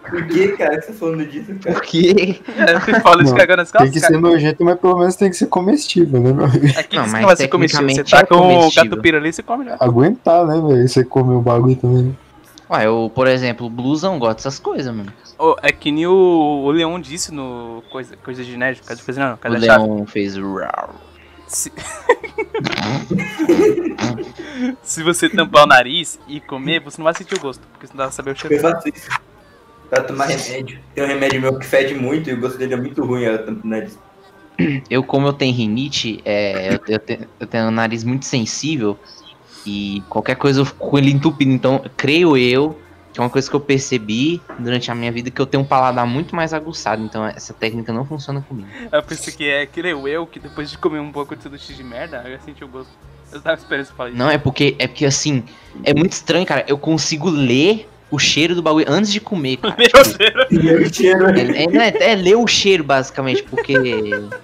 [SPEAKER 2] Por que, cara, que você tá falando disso, cara?
[SPEAKER 3] Por quê?
[SPEAKER 1] É, Você fala de
[SPEAKER 5] Não,
[SPEAKER 1] cagar nas
[SPEAKER 5] Tem
[SPEAKER 1] calças,
[SPEAKER 5] que
[SPEAKER 1] cara.
[SPEAKER 5] ser nojento, mas pelo menos tem que ser comestível, né, velho?
[SPEAKER 1] Aqui
[SPEAKER 3] Não,
[SPEAKER 1] diz que
[SPEAKER 3] mas
[SPEAKER 1] não vai ser comestível. Você
[SPEAKER 3] tecnicamente é
[SPEAKER 1] taca um
[SPEAKER 3] comestível.
[SPEAKER 1] catupira ali, você come já.
[SPEAKER 5] Aguentar, né, velho? Você comer o bagulho também.
[SPEAKER 3] Ué, eu, por exemplo, blusão gosto dessas coisas, mano.
[SPEAKER 1] Ô, é que nem o, o Leon disse no Coisa, coisa de Nerd, Casa de Coisa, não,
[SPEAKER 3] o
[SPEAKER 1] Casa da Chave.
[SPEAKER 3] Leon fez... rau.
[SPEAKER 1] Se... Se você tampar o nariz e comer, você não vai sentir o gosto, porque você não vai saber o
[SPEAKER 2] Eu
[SPEAKER 1] cheiro.
[SPEAKER 2] faço isso. Pra tomar remédio. Tem um remédio meu que fede muito e o gosto dele é muito ruim, ela tampa o nariz.
[SPEAKER 3] Eu, como eu tenho rinite, é, eu, te- eu te- eu tenho um nariz muito sensível e qualquer coisa eu fico com ele entupido. Então, creio eu Que é uma coisa que eu percebi durante a minha vida que eu tenho um paladar muito mais aguçado, então essa técnica não funciona comigo.
[SPEAKER 1] Eu pensei que é, creio eu, que depois de comer um pouco de sanduíche de merda, eu ia sentir o gosto. Eu tava esperando você falar isso.
[SPEAKER 3] Não, é porque é porque assim, é muito estranho, cara. Eu consigo ler o cheiro do bagulho antes de comer, cara.
[SPEAKER 1] Meu
[SPEAKER 3] Tipo,
[SPEAKER 1] Deus!
[SPEAKER 2] Primeiro cheiro.
[SPEAKER 3] É, é- não, é- é ler o cheiro, basicamente, porque.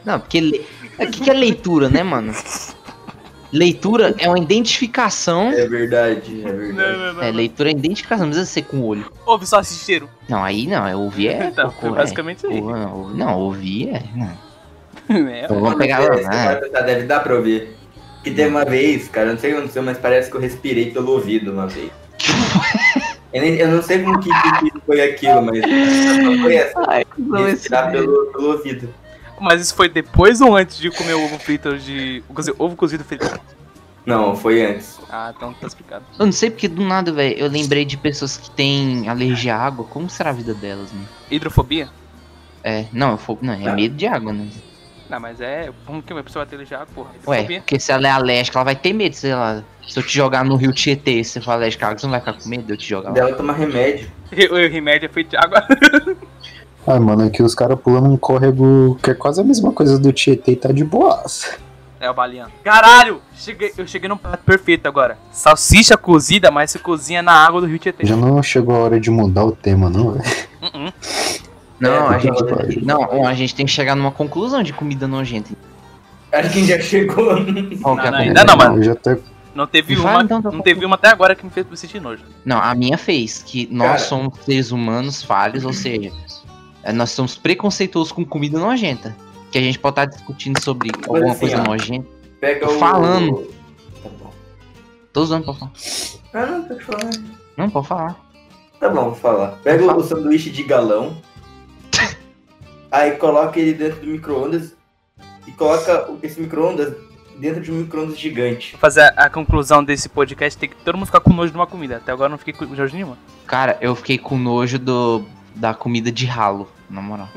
[SPEAKER 3] Não, porque. le- O que, que é leitura, né, mano? Leitura é uma identificação.
[SPEAKER 2] É verdade, é verdade.
[SPEAKER 1] Não, não,
[SPEAKER 3] É,
[SPEAKER 1] não.
[SPEAKER 3] leitura é identificação, não precisa ser com o olho.
[SPEAKER 1] Ouve só esse cheiro.
[SPEAKER 3] Não, aí não, é ouvir é.
[SPEAKER 1] Então,
[SPEAKER 3] cocô,
[SPEAKER 1] foi
[SPEAKER 3] é.
[SPEAKER 1] basicamente isso aí.
[SPEAKER 3] Ou- não, não, ouvir é. Não.
[SPEAKER 1] É,
[SPEAKER 3] Então vamos pegar
[SPEAKER 2] Esse
[SPEAKER 3] lá. né?
[SPEAKER 2] cara tá- deve dar pra ouvir. Que teve uma vez, cara, não sei o que aconteceu, mas parece que eu respirei pelo ouvido uma vez. Eu, nem- eu não sei como que, que- que foi aquilo, mas foi essa. Respirar pelo, pelo ouvido.
[SPEAKER 1] Mas isso foi depois ou antes de comer o ovo frito de. Quer dizer, ovo cozido frito?
[SPEAKER 2] Não, foi antes.
[SPEAKER 1] Ah, então tá explicado.
[SPEAKER 3] Eu não sei porque do nada, velho, eu lembrei de pessoas que têm alergia à água. Como será a vida delas, mano?
[SPEAKER 1] Hidrofobia?
[SPEAKER 3] É, não, eu fo- não, é
[SPEAKER 2] Tá.
[SPEAKER 3] medo de água, né?
[SPEAKER 1] Não, mas é. Como que uma pessoa vai ter já, porra?
[SPEAKER 3] Ué,
[SPEAKER 1] Hidrofobia?
[SPEAKER 3] porque se ela é alérgica, ela vai ter medo, sei lá. Se eu te jogar no rio Tietê e você for alérgica, à água, você não vai ficar com medo de eu te jogar lá.
[SPEAKER 2] Dela tomar remédio.
[SPEAKER 1] O o remédio é feito de água.
[SPEAKER 5] Ah, mano, aqui os caras pulando um córrego que é quase a mesma coisa do Tietê e tá de boas.
[SPEAKER 1] É o baleano. Caralho! Cheguei, eu cheguei num prato perfeito agora. Salsicha cozida, mas se cozinha na água do Rio Tietê.
[SPEAKER 5] Já não chegou a hora de mudar o tema, não, velho? Tipo,
[SPEAKER 1] Uh-uh.
[SPEAKER 3] Não, a gente.
[SPEAKER 5] pode.
[SPEAKER 3] Não, a gente tem que chegar numa conclusão de comida nojenta.
[SPEAKER 2] Acho que já chegou.
[SPEAKER 3] Qual
[SPEAKER 1] Não,
[SPEAKER 3] que é
[SPEAKER 1] não,
[SPEAKER 3] a conclusão?
[SPEAKER 1] ainda não, mano.
[SPEAKER 5] Eu já até
[SPEAKER 1] Não teve
[SPEAKER 3] Me
[SPEAKER 1] uma.
[SPEAKER 3] fala então, tá
[SPEAKER 1] não
[SPEAKER 3] bom.
[SPEAKER 1] teve uma até agora que me fez sentir nojo.
[SPEAKER 3] Não, a minha fez, que nós
[SPEAKER 2] Cara.
[SPEAKER 3] somos seres humanos falhos, ou seja, é, nós somos preconceituosos com comida nojenta. Que a gente pode estar discutindo sobre alguma
[SPEAKER 2] assim,
[SPEAKER 3] coisa
[SPEAKER 2] ó.
[SPEAKER 3] nojenta.
[SPEAKER 2] Pega
[SPEAKER 3] Tô
[SPEAKER 2] o.
[SPEAKER 3] falando.
[SPEAKER 2] Tá bom.
[SPEAKER 3] Tô usando pra falar.
[SPEAKER 2] Ah, não, tô falando.
[SPEAKER 3] Não, pode falar.
[SPEAKER 2] Tá bom, vou falar. Pega o sanduíche de galão. aí coloca ele dentro do micro-ondas. E coloca o- esse micro-ondas dentro de um micro-ondas gigante.
[SPEAKER 1] Fazer a, a conclusão desse podcast tem que todo mundo ficar com nojo de uma comida. Até agora eu não fiquei com nojo de nenhuma.
[SPEAKER 3] Cara, eu fiquei com nojo do, da comida de ralo, na moral.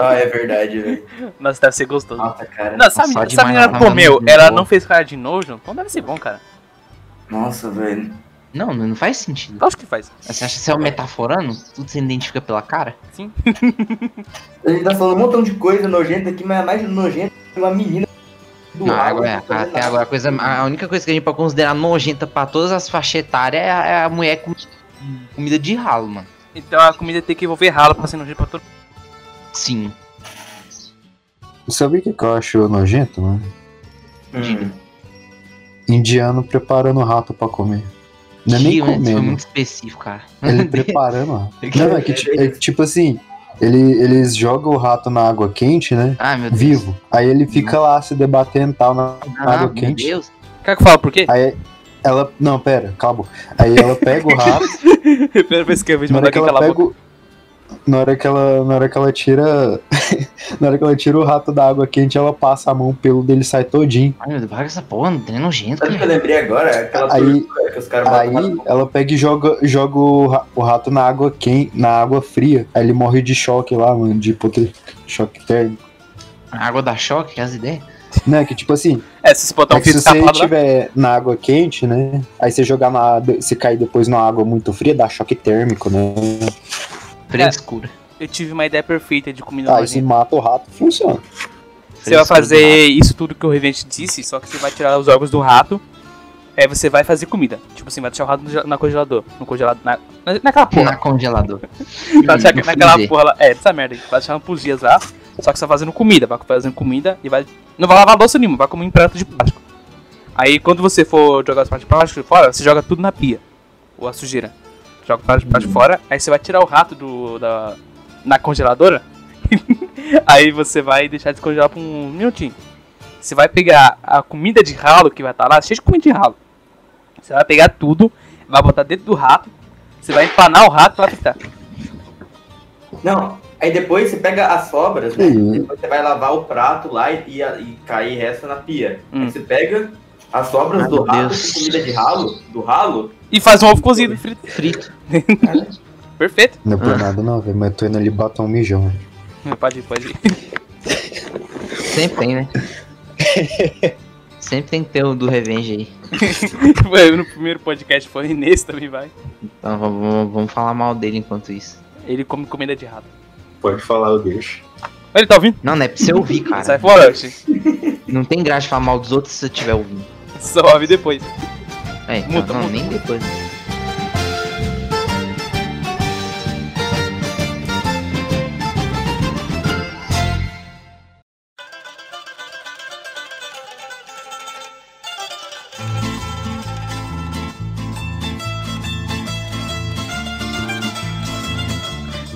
[SPEAKER 2] Ah, é verdade, velho.
[SPEAKER 1] Nossa, deve ser gostoso.
[SPEAKER 2] Nossa, cara.
[SPEAKER 1] Não, sabe,
[SPEAKER 3] só
[SPEAKER 1] sabe
[SPEAKER 3] demais,
[SPEAKER 1] menina
[SPEAKER 3] não,
[SPEAKER 1] comeu,
[SPEAKER 3] não,
[SPEAKER 1] ela
[SPEAKER 3] não.
[SPEAKER 1] não fez cara de nojo, então deve ser bom, cara.
[SPEAKER 2] Nossa, velho.
[SPEAKER 3] Não, não faz sentido.
[SPEAKER 1] Lógico Então que faz.
[SPEAKER 3] Você acha que você é um metaforano? Tudo se identifica pela cara?
[SPEAKER 2] A gente tá falando um montão de coisa nojenta aqui, mas a mais nojenta é uma menina do
[SPEAKER 3] não,
[SPEAKER 2] ar,
[SPEAKER 3] agora, é,
[SPEAKER 2] não tá
[SPEAKER 3] até
[SPEAKER 2] fazendo
[SPEAKER 3] agora a, coisa, a única coisa que a gente pode considerar nojenta pra todas as faixas etárias é a, é a mulher com comida de ralo, mano.
[SPEAKER 1] Então a comida tem que envolver ralo pra ser nojento pra todo mundo.
[SPEAKER 3] Sim.
[SPEAKER 5] Sabe o que que eu acho nojento, mano?
[SPEAKER 2] nada. Hum.
[SPEAKER 5] Indiano preparando rato pra comer. Não é
[SPEAKER 3] Que,
[SPEAKER 5] nem
[SPEAKER 3] mano, isso foi
[SPEAKER 5] comendo,
[SPEAKER 3] né? Tipo, muito específico, cara.
[SPEAKER 5] ele preparando o rato.
[SPEAKER 3] Que-
[SPEAKER 5] Não, é que ti- é que, tipo assim, ele, eles jogam o rato na água quente, né?
[SPEAKER 3] Ah, meu Deus.
[SPEAKER 5] Vivo. Aí ele fica lá se debatendo e tal na
[SPEAKER 3] Ah,
[SPEAKER 5] água
[SPEAKER 3] meu
[SPEAKER 5] quente.
[SPEAKER 3] Deus.
[SPEAKER 1] Quer que eu falo por quê?
[SPEAKER 5] Aí ela. Não, pera, calma. Aí ela pega o rato.
[SPEAKER 1] Primeira vez que eu vejo
[SPEAKER 5] na
[SPEAKER 1] mandar
[SPEAKER 5] hora que
[SPEAKER 1] aqui
[SPEAKER 5] ela
[SPEAKER 1] aquela boca.
[SPEAKER 5] pega. o- Na hora que ela, na hora que ela tira. na hora que ela tira o rato da água quente, ela passa a mão, o pelo dele sai todinho.
[SPEAKER 3] Ai, meu Deus, paga essa porra, não tem nojento, né?
[SPEAKER 2] Sabe o que eu
[SPEAKER 3] cara.
[SPEAKER 2] lembrei agora? Aquela
[SPEAKER 5] Aí-
[SPEAKER 2] tortura que os caras
[SPEAKER 5] Aí ela pega e joga, joga o, ra- o rato na água quente, na água fria. Aí ele morre de choque lá, mano, de hipote... choque térmico.
[SPEAKER 3] A água dá choque, que as ideias.
[SPEAKER 5] Não, é que tipo assim,
[SPEAKER 1] É, se você botar
[SPEAKER 5] é
[SPEAKER 1] um
[SPEAKER 5] que
[SPEAKER 1] fio
[SPEAKER 5] se você
[SPEAKER 1] escapado lá.
[SPEAKER 5] tiver na água quente, né? Aí você jogar na. Se cair depois numa água muito fria, dá choque térmico, né?
[SPEAKER 1] É.
[SPEAKER 3] Frescura.
[SPEAKER 1] Eu tive uma ideia perfeita de comida
[SPEAKER 5] Aí você
[SPEAKER 1] nojenta.
[SPEAKER 5] mata o rato, funciona.
[SPEAKER 1] Você vai
[SPEAKER 3] Frescura do
[SPEAKER 1] fazer isso tudo que o Revenge disse, só que você vai tirar os órgãos do rato. Aí você vai fazer comida. Tipo assim, vai deixar o rato no gel- na congelador. No congelador. Na, na- naquela porra.
[SPEAKER 3] Na congelador.
[SPEAKER 1] Vai deixar
[SPEAKER 3] No
[SPEAKER 1] naquela Tá
[SPEAKER 3] freezer.
[SPEAKER 1] porra lá. É, essa merda aí. Vai deixar uns dias lá. Só que você vai fazendo comida. Vai fazendo comida e vai. Não vai lavar louça nenhuma, vai comer em prato de plástico. Aí quando você for jogar os pratos de plástico fora, você joga tudo na pia. Ou a sujeira. Joga o prato de plástico fora. Aí você vai tirar o rato do. da. na congeladora. aí você vai deixar descongelar por um minutinho. Você vai pegar a comida de ralo que vai estar lá, cheio de comida de ralo. Você vai pegar tudo, vai botar dentro do rato, você vai empanar o rato pra fritar.
[SPEAKER 2] Não, aí depois você pega as sobras, né?
[SPEAKER 3] Uhum.
[SPEAKER 5] Sim.
[SPEAKER 2] Depois você vai lavar o prato lá e, e, a- e cair resto na pia.
[SPEAKER 1] Hum.
[SPEAKER 2] Aí você pega as sobras
[SPEAKER 3] Ai,
[SPEAKER 2] do
[SPEAKER 3] meu
[SPEAKER 2] rato,
[SPEAKER 3] Deus.
[SPEAKER 2] com comida de ralo, do ralo.
[SPEAKER 1] E faz um ovo cozido frito.
[SPEAKER 3] Frito.
[SPEAKER 1] Perfeito.
[SPEAKER 5] Não é por
[SPEAKER 3] Ah.
[SPEAKER 5] nada não, velho, mas eu tô indo ali bater um mijão. velho.
[SPEAKER 1] Pode ir, pode ir.
[SPEAKER 3] Sempre tem, né? Sempre tem que ter o do Revenge aí.
[SPEAKER 1] Foi no primeiro podcast foi, e nesse também vai.
[SPEAKER 3] Então vamos, vamos falar mal dele enquanto isso.
[SPEAKER 1] Ele come comida de rato.
[SPEAKER 6] Pode falar, eu deixo.
[SPEAKER 1] Ele tá ouvindo?
[SPEAKER 3] Não, não é pra você ouvir,
[SPEAKER 1] Sai
[SPEAKER 3] cara.
[SPEAKER 1] fora, Oxi.
[SPEAKER 3] Não tem graça de falar mal dos outros se você estiver ouvindo.
[SPEAKER 1] Só ouve depois.
[SPEAKER 3] É, então,
[SPEAKER 1] Muda,
[SPEAKER 3] não,
[SPEAKER 1] muda.
[SPEAKER 3] nem depois.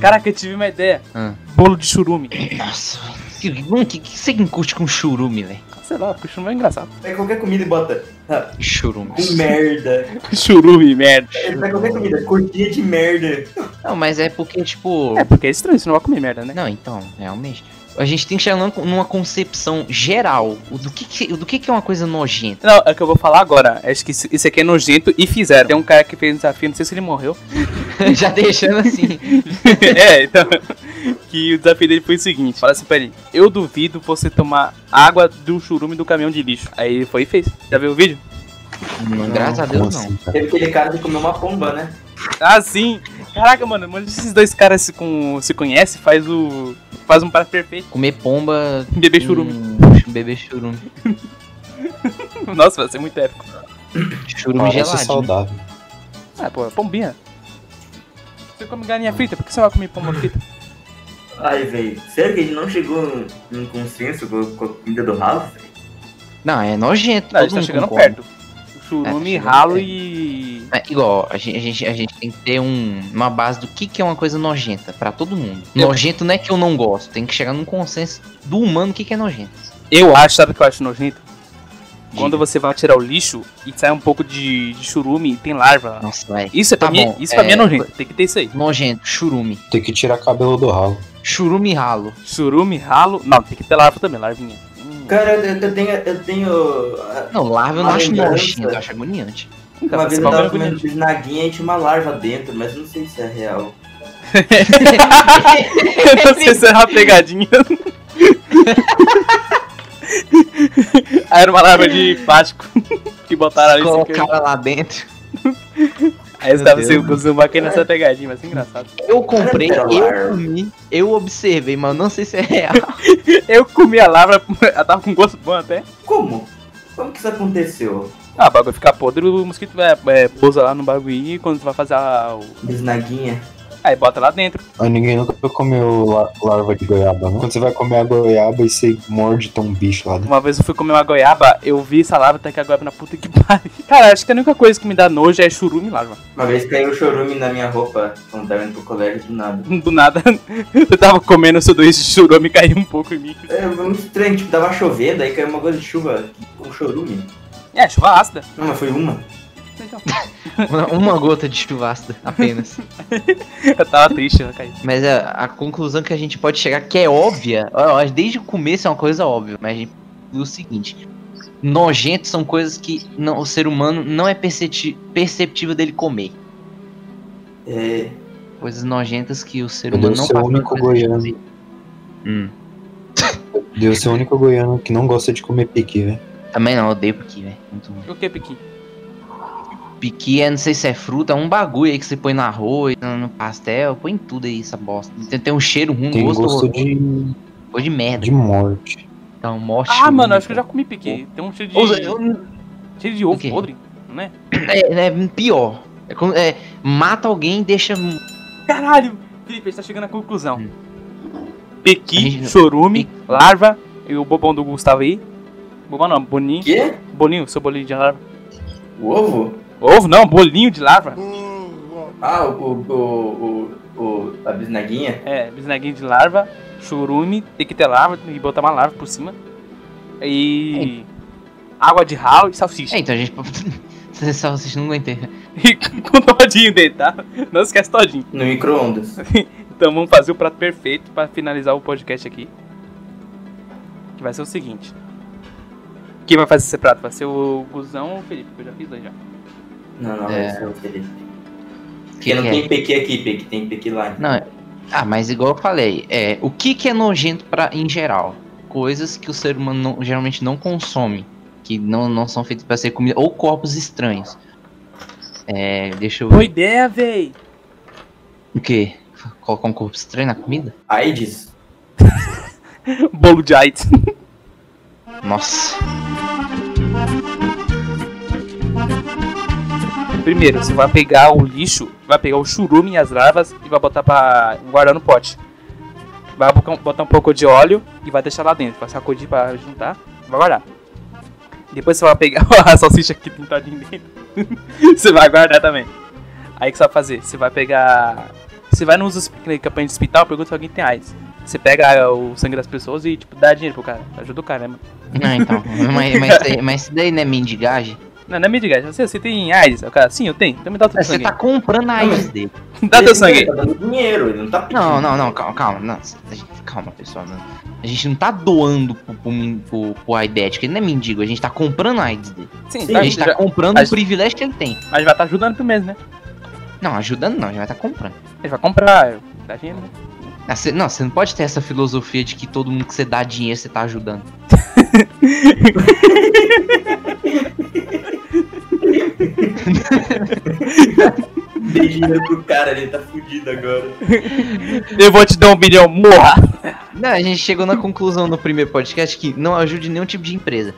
[SPEAKER 1] Caraca, eu tive uma ideia.
[SPEAKER 3] Ah.
[SPEAKER 1] Bolo de churume.
[SPEAKER 3] Nossa, que, não, que, que você curte com churume, velho?
[SPEAKER 1] Sei lá, porque churume é engraçado.
[SPEAKER 2] Pega qualquer comida e bota. ah,
[SPEAKER 3] Churume.
[SPEAKER 2] com merda.
[SPEAKER 1] churume, merda.
[SPEAKER 2] Ele pega qualquer comida, cortinha de merda.
[SPEAKER 3] Não, mas é porque, tipo.
[SPEAKER 1] É, porque é estranho, você não vai comer merda, né?
[SPEAKER 3] Não, então, realmente. A gente tem que chegar num- numa concepção geral o do que, que- o do que, que é uma coisa nojenta.
[SPEAKER 1] Não, é o que eu vou falar agora. Acho que isso isso aqui é nojento e fizeram. Tem um cara que fez um desafio, não sei se ele morreu.
[SPEAKER 3] Já deixando assim.
[SPEAKER 1] é, então. Que o desafio dele foi o seguinte: fala assim pra ele, eu duvido você tomar água do churume do caminhão de lixo. Aí ele foi e fez. Já viu o vídeo?
[SPEAKER 3] Não, graças a
[SPEAKER 5] Como
[SPEAKER 3] Deus, não.
[SPEAKER 5] assim, cara?
[SPEAKER 2] Teve aquele cara que comeu uma pomba, né?
[SPEAKER 1] Ah, sim! Caraca, mano, mas esses dois caras se, com, se conhecem, faz o. faz um prato perfeito.
[SPEAKER 3] Comer pomba.
[SPEAKER 1] Beber churume.
[SPEAKER 3] com- Beber churume.
[SPEAKER 1] Nossa, vai ser muito épico.
[SPEAKER 3] Churume
[SPEAKER 5] Parece
[SPEAKER 3] gelado. né?
[SPEAKER 5] saudável.
[SPEAKER 1] Ah, pô, pombinha. Você come galinha frita, por que você vai comer pomba frita?
[SPEAKER 2] Ai, velho. Sério que ele não chegou num consenso com com a comida do Ralph?
[SPEAKER 3] Não, é nojento.
[SPEAKER 1] Não, a gente
[SPEAKER 3] todo
[SPEAKER 1] tá
[SPEAKER 3] mundo
[SPEAKER 1] chegando
[SPEAKER 3] concorda.
[SPEAKER 1] perto. Churume,
[SPEAKER 3] É, tá chegando
[SPEAKER 1] ralo
[SPEAKER 3] perto.
[SPEAKER 1] e.
[SPEAKER 3] É, igual, a gente, a, gente, a gente tem que ter um- uma base do que, que é uma coisa nojenta pra todo mundo.
[SPEAKER 1] Eu-
[SPEAKER 3] Nojento não é que eu não gosto, tem que chegar num consenso do humano o que, que é nojento.
[SPEAKER 1] Eu acho, sabe o que eu acho nojento? Quando você vai tirar o lixo e sai um pouco de, de churume e tem larva lá.
[SPEAKER 3] Nossa, vai.
[SPEAKER 1] Isso é pra
[SPEAKER 3] Tá
[SPEAKER 1] mim,
[SPEAKER 3] bom,
[SPEAKER 1] isso pra
[SPEAKER 3] é,
[SPEAKER 1] mim é nojento. Tem que ter isso aí.
[SPEAKER 3] Nojento, churume.
[SPEAKER 5] Tem que tirar cabelo do ralo.
[SPEAKER 3] Churume ralo.
[SPEAKER 1] Churume, ralo. Não, tem que ter larva também, larvinha. Hum.
[SPEAKER 2] Cara, eu, eu tenho. Eu tenho. ah,
[SPEAKER 3] Não, larva eu não
[SPEAKER 2] Uma
[SPEAKER 3] acho
[SPEAKER 2] lembrança.
[SPEAKER 3] nojento, eu acho agoniante.
[SPEAKER 1] Então,
[SPEAKER 2] uma
[SPEAKER 1] esse
[SPEAKER 2] vez eu
[SPEAKER 1] bagulho é
[SPEAKER 2] tava
[SPEAKER 1] bonito.
[SPEAKER 2] comendo bisnaguinha e tinha uma larva dentro, mas não sei se é real.
[SPEAKER 1] Eu não sei se era uma pegadinha. Aí era uma larva de plástico que botaram ali. sem querer.
[SPEAKER 3] Colocava lá dentro.
[SPEAKER 1] Aí você
[SPEAKER 3] Meu
[SPEAKER 1] tava
[SPEAKER 3] Deus,
[SPEAKER 1] sendo zumbar que nessa pegadinha, mas é engraçado.
[SPEAKER 3] Eu comprei,
[SPEAKER 2] Era
[SPEAKER 3] eu
[SPEAKER 2] larva.
[SPEAKER 3] comi, eu observei, mas eu não sei se é real.
[SPEAKER 1] Eu comi a larva, ela tava com gosto bom até.
[SPEAKER 2] Como? Como que isso aconteceu?
[SPEAKER 1] Ah, o bagulho fica podre, o mosquito é, é, pousa lá no bagulho e quando tu vai fazer a. o-
[SPEAKER 2] Bisnaguinha?
[SPEAKER 1] Aí bota lá dentro.
[SPEAKER 5] Mas Ah, ninguém nunca comeu la- larva de goiaba, não. Quando você vai comer a goiaba e você morde tem um bicho lá dentro.
[SPEAKER 1] Uma vez eu fui comer uma goiaba, eu vi essa larva até que a goiaba na puta que pariu. Cara, acho que a única coisa que me dá nojo é churume e larva.
[SPEAKER 2] Uma vez caiu chorume na minha roupa quando tava indo pro colégio do nada.
[SPEAKER 1] Do nada, eu tava comendo sanduíche de churume e caiu um pouco em mim.
[SPEAKER 2] É muito estranho, tipo, tava chovendo, aí caiu uma gota de chuva com chorume.
[SPEAKER 1] É, chuva ácida.
[SPEAKER 2] Não, mas foi uma.
[SPEAKER 3] Uma- Uma gota de chuvasta, apenas.
[SPEAKER 1] Eu tava triste, ela caiu.
[SPEAKER 3] Mas a, a conclusão que a gente pode chegar, que é óbvia, ó, ó, desde o começo é uma coisa óbvia, mas a gente o seguinte: nojentos são coisas que não- o ser humano não é percepti- perceptível dele comer.
[SPEAKER 2] É,
[SPEAKER 3] Coisas nojentas que o ser
[SPEAKER 5] Eu
[SPEAKER 3] humano
[SPEAKER 5] devo
[SPEAKER 3] não
[SPEAKER 5] ser é o único
[SPEAKER 3] perceptível
[SPEAKER 5] goiano.
[SPEAKER 3] dele. Hum,
[SPEAKER 5] Deve ser é o único goiano que não gosta de comer piqui, velho.
[SPEAKER 3] também não, eu odeio piqui, velho. Muito ruim.
[SPEAKER 1] E o que, Piqui?
[SPEAKER 3] Piqui é, não sei se é fruta, é um bagulho aí que você põe no arroz, no no pastel, põe em tudo aí essa bosta. Tem, tem um cheiro ruim,
[SPEAKER 5] Tem
[SPEAKER 3] gosto,
[SPEAKER 5] gosto
[SPEAKER 3] gosto
[SPEAKER 5] de,
[SPEAKER 3] de, merda.
[SPEAKER 5] de morte.
[SPEAKER 3] Então, morte.
[SPEAKER 1] Ah, mano,
[SPEAKER 3] ruim,
[SPEAKER 1] acho que eu já comi Piqui. Tem um cheiro de.
[SPEAKER 3] Ou seja, eu-
[SPEAKER 1] Cheiro de ovo
[SPEAKER 3] O quê?
[SPEAKER 1] podre, né?
[SPEAKER 3] É, é pior. É, como- é, mata alguém e deixa.
[SPEAKER 1] Caralho! Felipe, a gente tá chegando à conclusão.
[SPEAKER 3] Hum. A
[SPEAKER 1] Pequi,
[SPEAKER 3] gente-
[SPEAKER 1] chorume, larva e o bobão do Gustavo aí. Bobão não, boninho.
[SPEAKER 2] quê?
[SPEAKER 1] Bolinho, seu bolinho de larva.
[SPEAKER 2] O ovo?
[SPEAKER 1] Ovo não, bolinho de larva.
[SPEAKER 2] Ah, o. o, o, o, o a bisnaguinha?
[SPEAKER 1] É, bisnaguinho de larva, churume, tem que ter larva e botar uma larva por cima. E. Água de ralo e salsicha.
[SPEAKER 3] É, então a gente. Vocês só vocês não aguentei.
[SPEAKER 1] E com todinho dele, tá? Não esquece todinho.
[SPEAKER 2] No micro-ondas.
[SPEAKER 1] Então vamos fazer o prato perfeito pra finalizar o podcast aqui. Que vai ser o seguinte. Quem vai fazer esse prato? Vai ser o Guzão ou o Felipe? Que eu já fiz dois já.
[SPEAKER 2] Não, não,
[SPEAKER 3] É.
[SPEAKER 2] vai ser o Felipe.
[SPEAKER 3] Que
[SPEAKER 2] Porque não
[SPEAKER 3] que é?
[SPEAKER 2] tem PQ aqui, PQ, tem PQ lá.
[SPEAKER 3] Não, é- Ah, mas igual eu falei, é, o que, que é nojento pra, em geral? Coisas que o ser humano não- geralmente não consome. que não, não são feitos pra ser comida, ou corpos estranhos. É, deixa eu
[SPEAKER 1] Boa ideia, véi!
[SPEAKER 3] O quê? Colocar um corpo estranho na comida?
[SPEAKER 2] AIDS?
[SPEAKER 1] Bolo de AIDS.
[SPEAKER 3] Nossa.
[SPEAKER 1] Primeiro, você vai pegar o lixo, vai pegar o churume e as larvas e vai botar pra guardar no pote. Vai boca- botar um pouco de óleo e vai deixar lá dentro. Vai sacudir pra juntar e vai guardar. Depois você vai pegar a salsicha aqui pintadinha dentro. você vai guardar também. Aí o que você vai fazer? Você vai pegar. Você vai nos campanha de hospital, pergunta se alguém tem AIDS. Você pega o sangue das pessoas e tipo, dá dinheiro pro cara. Ajuda o cara, né, mano?
[SPEAKER 3] Não, então. mas, mas, isso aí- mas isso daí não é mendigagem?
[SPEAKER 1] Não, não é mendigagem. Você, você tem AIDS? Aí O cara, sim, eu tenho. Então me dá o teu
[SPEAKER 3] Você
[SPEAKER 1] sangue.
[SPEAKER 3] tá comprando a AIDS dele.
[SPEAKER 1] Dá teu
[SPEAKER 2] Esse cara
[SPEAKER 1] sangue.
[SPEAKER 2] Tá dando dinheiro, ele não tá pedindo.
[SPEAKER 3] Não, não, não, calma, calma. Não, a gente- calma, pessoal. não. A gente não tá doando pro, pro, min- pro, pro aidético, ele não é mendigo, a gente tá comprando a AIDS dele.
[SPEAKER 1] Sim,
[SPEAKER 2] Sim,
[SPEAKER 1] tá,
[SPEAKER 3] a gente tá
[SPEAKER 1] já-
[SPEAKER 3] comprando
[SPEAKER 1] a
[SPEAKER 3] o
[SPEAKER 1] gente-
[SPEAKER 3] privilégio que ele tem.
[SPEAKER 1] mas vai estar ajudando pelo menos, né?
[SPEAKER 3] Não, ajudando não, a gente vai tá comprando.
[SPEAKER 1] Ele vai comprar, dá dinheiro, né?
[SPEAKER 3] Ah, cê- não, você não pode ter essa filosofia de que todo mundo que você dá dinheiro, você tá ajudando.
[SPEAKER 2] Dei dinheiro pro cara, ele tá fudido agora.
[SPEAKER 1] Eu vou te dar um bilhão, morra!
[SPEAKER 3] Não, a gente chegou na conclusão no primeiro podcast que não ajude nenhum tipo de empresa.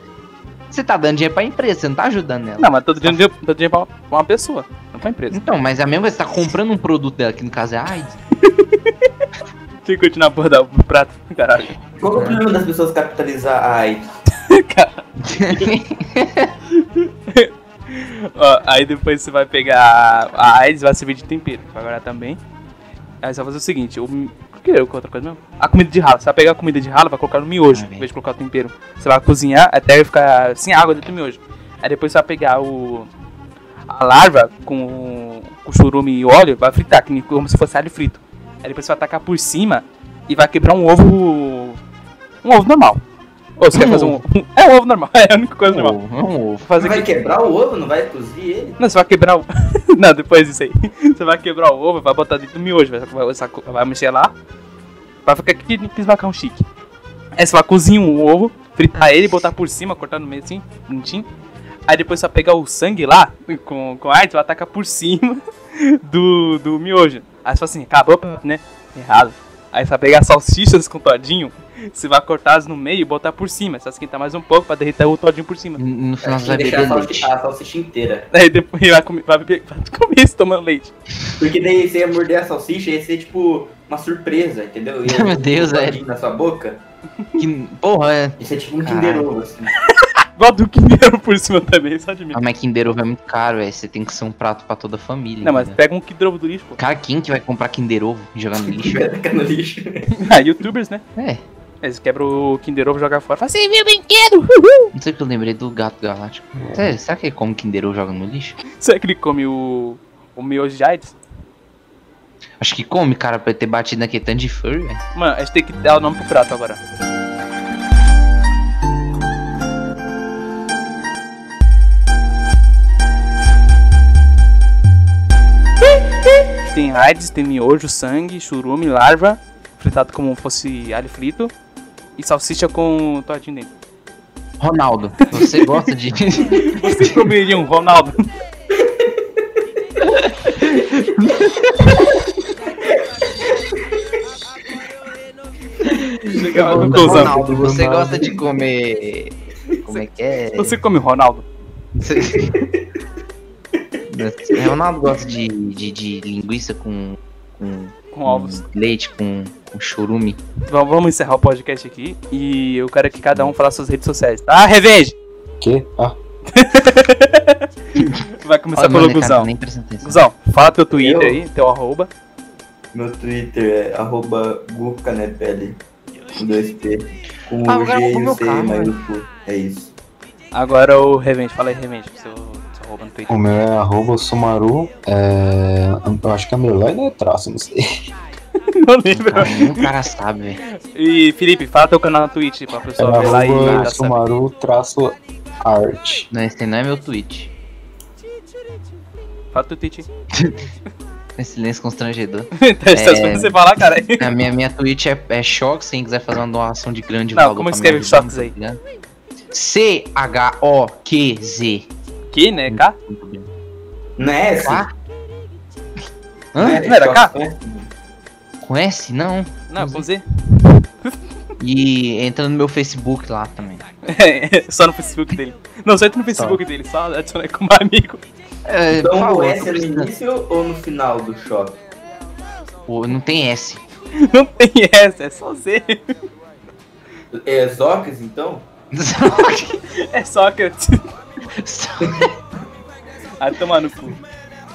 [SPEAKER 3] Você tá dando dinheiro pra empresa, você não tá ajudando ela.
[SPEAKER 1] Não, mas todo dinheiro, todo dinheiro pra pra uma pessoa, não pra empresa.
[SPEAKER 3] Então, mas é a mesma coisa, você tá comprando um produto dela, que no caso é a AIDS.
[SPEAKER 1] Tem que continuar a borda do prato, caralho.
[SPEAKER 2] Qual que é o problema das pessoas capitalizar a AIDS?
[SPEAKER 1] Ó, aí depois você vai pegar a AIDS, vai servir de tempero, vai guardar também. Aí você vai fazer o seguinte, o... mi- O que é outra coisa mesmo? A comida de ralo. Você vai pegar a comida de ralo, vai colocar no miojo,
[SPEAKER 3] Ah,
[SPEAKER 1] em
[SPEAKER 3] bem.
[SPEAKER 1] vez de colocar o tempero. Você vai cozinhar até ele ficar sem água dentro do miojo. Aí depois você vai pegar o... A larva com, com churume e óleo, vai fritar, que nem- como se fosse alho frito. Aí depois você vai atacar por cima e vai quebrar um ovo... Um ovo normal. Ou você
[SPEAKER 3] Um
[SPEAKER 1] quer fazer um... É um ovo normal, é a única coisa normal.
[SPEAKER 3] Ovo, é um ovo.
[SPEAKER 1] Fazer
[SPEAKER 2] Vai
[SPEAKER 1] que-
[SPEAKER 2] quebrar o ovo, não vai cozir ele?
[SPEAKER 1] não, você vai quebrar o. não, depois disso aí. Você vai quebrar o ovo, vai botar dentro do miojo, vai, vai, saco- vai mexer lá. Vai ficar que que esse macarrão chique. Aí você vai cozinhar o ovo, fritar ele, botar por cima, cortar no meio assim, bonitinho. Aí depois você vai pegar o sangue lá, com, com a arte, vai atacar por cima do, do miojo. Aí você fala assim, acabou, né? Errado. Aí você vai pegar as salsichas com todinho, você vai cortar as no meio e botar por cima. Você vai esquentar mais um pouco pra derreter o todinho por cima.
[SPEAKER 3] No final você vai
[SPEAKER 2] Tem que deixar a
[SPEAKER 3] beber leite.
[SPEAKER 2] salsicha, a salsicha inteira.
[SPEAKER 1] Aí depois vai comer, vai beber- vai comer isso tomando leite.
[SPEAKER 2] Porque daí você ia morder a salsicha e ia ser tipo uma surpresa, entendeu? Ia
[SPEAKER 3] Meu Deus,
[SPEAKER 2] um
[SPEAKER 3] é.
[SPEAKER 2] todinho Na sua boca.
[SPEAKER 3] Que, porra, é.
[SPEAKER 2] Isso é tipo um
[SPEAKER 3] Caralho.
[SPEAKER 2] Kinder Ovo, assim.
[SPEAKER 1] Bota o Kinder por cima também, só de mim.
[SPEAKER 3] Ah, mas Kinder Ovo é muito caro, velho. Você tem que ser um prato pra toda a família.
[SPEAKER 1] Não, mas
[SPEAKER 3] entendeu?
[SPEAKER 1] pega um Kinder Ovo do lixo, pô.
[SPEAKER 3] Cara, quem que vai comprar Kinder Ovo e jogar no lixo?
[SPEAKER 2] Vai tacar no lixo.
[SPEAKER 1] Ah, youtubers, né?
[SPEAKER 3] é,
[SPEAKER 1] Eles quebram o Kinder Ovo, jogam fora. Fala assim,
[SPEAKER 3] não sei porque eu lembrei do gato galáctico. Sério, será que ele come Kinder Ovo e joga no lixo?
[SPEAKER 1] será que ele come o. O miojo de AIDS?
[SPEAKER 3] Acho que come, cara, pra ele ter batido naquele tanto de furry, velho.
[SPEAKER 1] Mano, a gente tem que dar o nome pro prato agora. Tem AIDS, tem miojo, sangue, churume, larva, fritado como fosse alho frito e salsicha com tortinho dentro.
[SPEAKER 3] Ronaldo, você gosta de.
[SPEAKER 1] Você comeria um Ronaldo? Chegava no conclusão.
[SPEAKER 3] Ronaldo, você
[SPEAKER 5] Ronaldo.
[SPEAKER 3] gosta de comer. Como é que é?
[SPEAKER 1] Você come Ronaldo?
[SPEAKER 3] Você- Ronaldo gosta de, de, de linguiça com, com,
[SPEAKER 1] Com ovos.
[SPEAKER 3] leite, com, com churume.
[SPEAKER 1] Então, vamos encerrar o podcast aqui. E eu quero que cada um fale suas redes sociais. Tá, Revenge!
[SPEAKER 5] Que? Ah,
[SPEAKER 1] Vai começar
[SPEAKER 3] Olha, é mano,
[SPEAKER 1] pelo
[SPEAKER 3] cara,
[SPEAKER 1] Guzão.
[SPEAKER 3] nem presta atenção.
[SPEAKER 1] Guzão, fala teu Twitter
[SPEAKER 2] Eu?
[SPEAKER 1] aí, teu arroba.
[SPEAKER 2] Meu Twitter é arroba gucanepele com dois P. Com
[SPEAKER 3] Ah,
[SPEAKER 2] o
[SPEAKER 3] agora
[SPEAKER 2] G e
[SPEAKER 3] roubou
[SPEAKER 2] o
[SPEAKER 3] meu
[SPEAKER 2] C
[SPEAKER 3] carro,
[SPEAKER 2] maiúsculo. É isso.
[SPEAKER 1] Agora o Revenge, fala aí, Revenge, seu, seu arroba no Twitter.
[SPEAKER 5] o meu é arroba Sumaru. É, eu acho que é underline ou é traço, não sei.
[SPEAKER 1] Não lembro.
[SPEAKER 3] Cara, nenhum cara sabe, velho.
[SPEAKER 1] E Felipe, fala teu canal na Twitch pra
[SPEAKER 5] É
[SPEAKER 1] pessoa ver lá e
[SPEAKER 5] arroba
[SPEAKER 1] dar sub.
[SPEAKER 5] Sumaru traço art.
[SPEAKER 3] Não, esse não é meu tweet.
[SPEAKER 1] Fala teu Twitch.
[SPEAKER 3] É silêncio constrangedor.
[SPEAKER 1] Tá esperando você falar, cara.
[SPEAKER 3] A minha, minha Twitch é, é Shox, quem quiser fazer uma doação de grande
[SPEAKER 1] Não,
[SPEAKER 3] valor.
[SPEAKER 1] como
[SPEAKER 3] pra
[SPEAKER 1] escreve
[SPEAKER 3] me ajudar,
[SPEAKER 1] Shox
[SPEAKER 3] tá
[SPEAKER 1] aí?
[SPEAKER 3] ligado? C-H-O-Q-Z.
[SPEAKER 1] Que, né? K?
[SPEAKER 2] Não é S?
[SPEAKER 3] K?
[SPEAKER 2] Não,
[SPEAKER 3] Hã?
[SPEAKER 2] é
[SPEAKER 1] Não era
[SPEAKER 2] só-
[SPEAKER 1] K?
[SPEAKER 3] Com S? Não.
[SPEAKER 1] Não, com Z.
[SPEAKER 3] E entra no meu Facebook lá também.
[SPEAKER 1] só no Facebook dele. Não, só entra no Facebook dele, só adiciona como amigo.
[SPEAKER 3] É, por
[SPEAKER 2] Então o
[SPEAKER 3] favor,
[SPEAKER 2] S
[SPEAKER 3] tô
[SPEAKER 2] é no
[SPEAKER 3] precisando.
[SPEAKER 2] início ou no final do shopping?
[SPEAKER 3] Pô, não tem S.
[SPEAKER 1] Não tem essa, é só Z.
[SPEAKER 2] É Zocas, então?
[SPEAKER 1] É Sócrates. Ah, tomar no cu.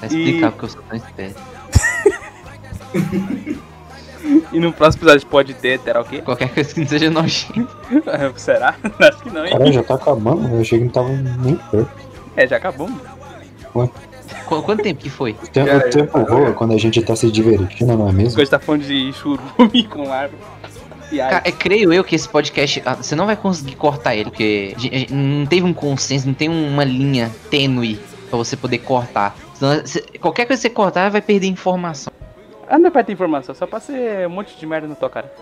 [SPEAKER 3] Vai explicar porque eu sou tão esperto.
[SPEAKER 1] E no próximo episódio pode ter, terá o quê?
[SPEAKER 3] Qualquer coisa que não seja nojento.
[SPEAKER 1] Será? Acho que não, hein?
[SPEAKER 5] Caralho, já tá acabando. Eu achei que não tava nem perto.
[SPEAKER 1] É, já acabou. mano.
[SPEAKER 3] Qu- Quanto tempo que foi?
[SPEAKER 5] O tempo,
[SPEAKER 2] Cara,
[SPEAKER 5] o tempo voa quando a gente tá se divertindo, não é mesmo?
[SPEAKER 1] Hoje tá falando de churume com larva. E aí,
[SPEAKER 3] Ca- é, creio eu que esse podcast. ah, Você não vai conseguir cortar ele, porque a gente- a gente não teve um consenso, não tem uma linha tênue pra você poder cortar. Senão, cê- qualquer coisa que você cortar, vai perder informação.
[SPEAKER 1] Ah, não é pra ter informação, só pra ser um monte de merda na tua cara.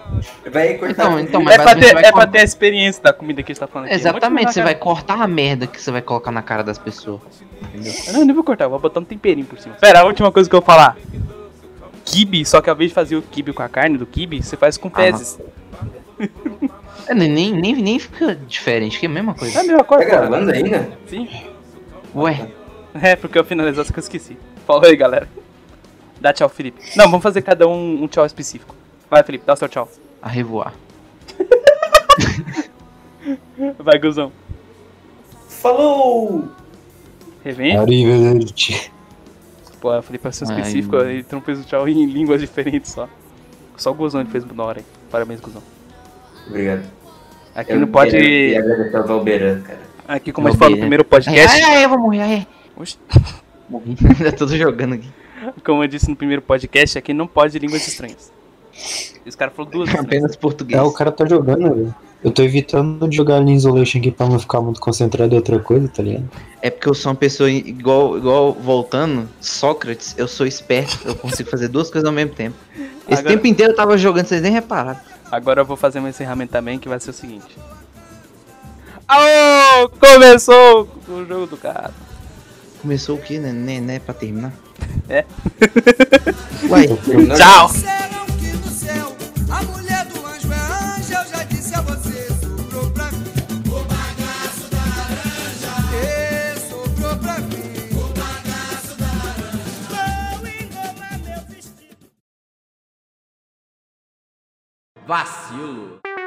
[SPEAKER 2] Vai cortar.
[SPEAKER 3] Então, então,
[SPEAKER 1] É
[SPEAKER 3] mas-
[SPEAKER 1] pra,
[SPEAKER 3] você
[SPEAKER 1] ter, é
[SPEAKER 3] vai
[SPEAKER 1] pra
[SPEAKER 3] cortar.
[SPEAKER 1] ter a experiência da comida que a gente tá falando aqui.
[SPEAKER 3] Exatamente, você
[SPEAKER 1] É um monte de merda
[SPEAKER 3] vai cortar a merda que você vai colocar na cara das pessoas. Entendeu?
[SPEAKER 1] na cara. Não, eu não vou cortar, eu vou botar um temperinho por cima. Pera, a última coisa que eu vou falar. Kibe, só que ao invés de fazer o kibe com a carne do kibe, você faz
[SPEAKER 3] Ah,
[SPEAKER 1] com fezes.
[SPEAKER 3] É, nem- nem, nem, nem fica diferente, que é a mesma
[SPEAKER 1] É a
[SPEAKER 3] coisa.
[SPEAKER 1] mesma
[SPEAKER 2] Tá
[SPEAKER 1] coisa. cara.
[SPEAKER 2] gravando ainda?
[SPEAKER 1] Sim.
[SPEAKER 3] Ué,
[SPEAKER 1] É, porque eu finalizar só que eu esqueci. Falou aí, galera. Dá tchau, Felipe. Não, vamos fazer cada um um tchau específico. Vai, Felipe, dá o seu tchau.
[SPEAKER 3] a revoar.
[SPEAKER 1] Vai, Guzão.
[SPEAKER 2] Falou!
[SPEAKER 1] Revenge?
[SPEAKER 5] Arrivederci.
[SPEAKER 1] Pô, o Felipe é seu
[SPEAKER 3] Ai,
[SPEAKER 1] específico,
[SPEAKER 3] mano.
[SPEAKER 1] ele não fez o tchau em línguas diferentes só. Só o Guzão ele fez na hora aí. Parabéns, Guzão.
[SPEAKER 2] Obrigado.
[SPEAKER 1] Aqui não pode.
[SPEAKER 2] E agradecer ao Valberan, cara.
[SPEAKER 1] Aqui, como a
[SPEAKER 3] Meu
[SPEAKER 1] gente falou no
[SPEAKER 3] bem, né?
[SPEAKER 1] primeiro
[SPEAKER 3] Ai, ai,
[SPEAKER 1] podcast. tá
[SPEAKER 3] ai, eu vou morrer, ai.
[SPEAKER 1] Oxi.
[SPEAKER 3] Morri. Eu tô jogando aqui.
[SPEAKER 1] Como eu disse no primeiro podcast, aqui não pode línguas estranhas. Esse cara falou duas estranhas.
[SPEAKER 3] Apenas português.
[SPEAKER 5] É, o cara tá jogando, velho. Eu tô evitando de jogar Alien Isolation aqui pra não ficar muito concentrado em outra coisa, tá ligado?
[SPEAKER 3] É porque eu sou uma pessoa igual, igual voltando, Sócrates, eu sou esperto, eu consigo fazer duas coisas ao mesmo tempo. Esse
[SPEAKER 1] Agora-
[SPEAKER 3] tempo inteiro eu tava jogando, vocês nem repararam.
[SPEAKER 1] Agora eu vou fazer um encerramento também que vai ser o seguinte. Aô! Começou o jogo do cara.
[SPEAKER 3] Começou o quê, né? Né, né pra terminar?
[SPEAKER 1] É.
[SPEAKER 3] Uai,
[SPEAKER 2] Terminou?
[SPEAKER 1] Tchau!
[SPEAKER 6] Disseram que no céu a mulher do anjo é anjo, eu já disse a você, sobrou pra mim. O bagaço da laranja. Ê, sobrou pra mim. O bagaço da laranja. Vou enrolar meu vestido.
[SPEAKER 3] vacilo.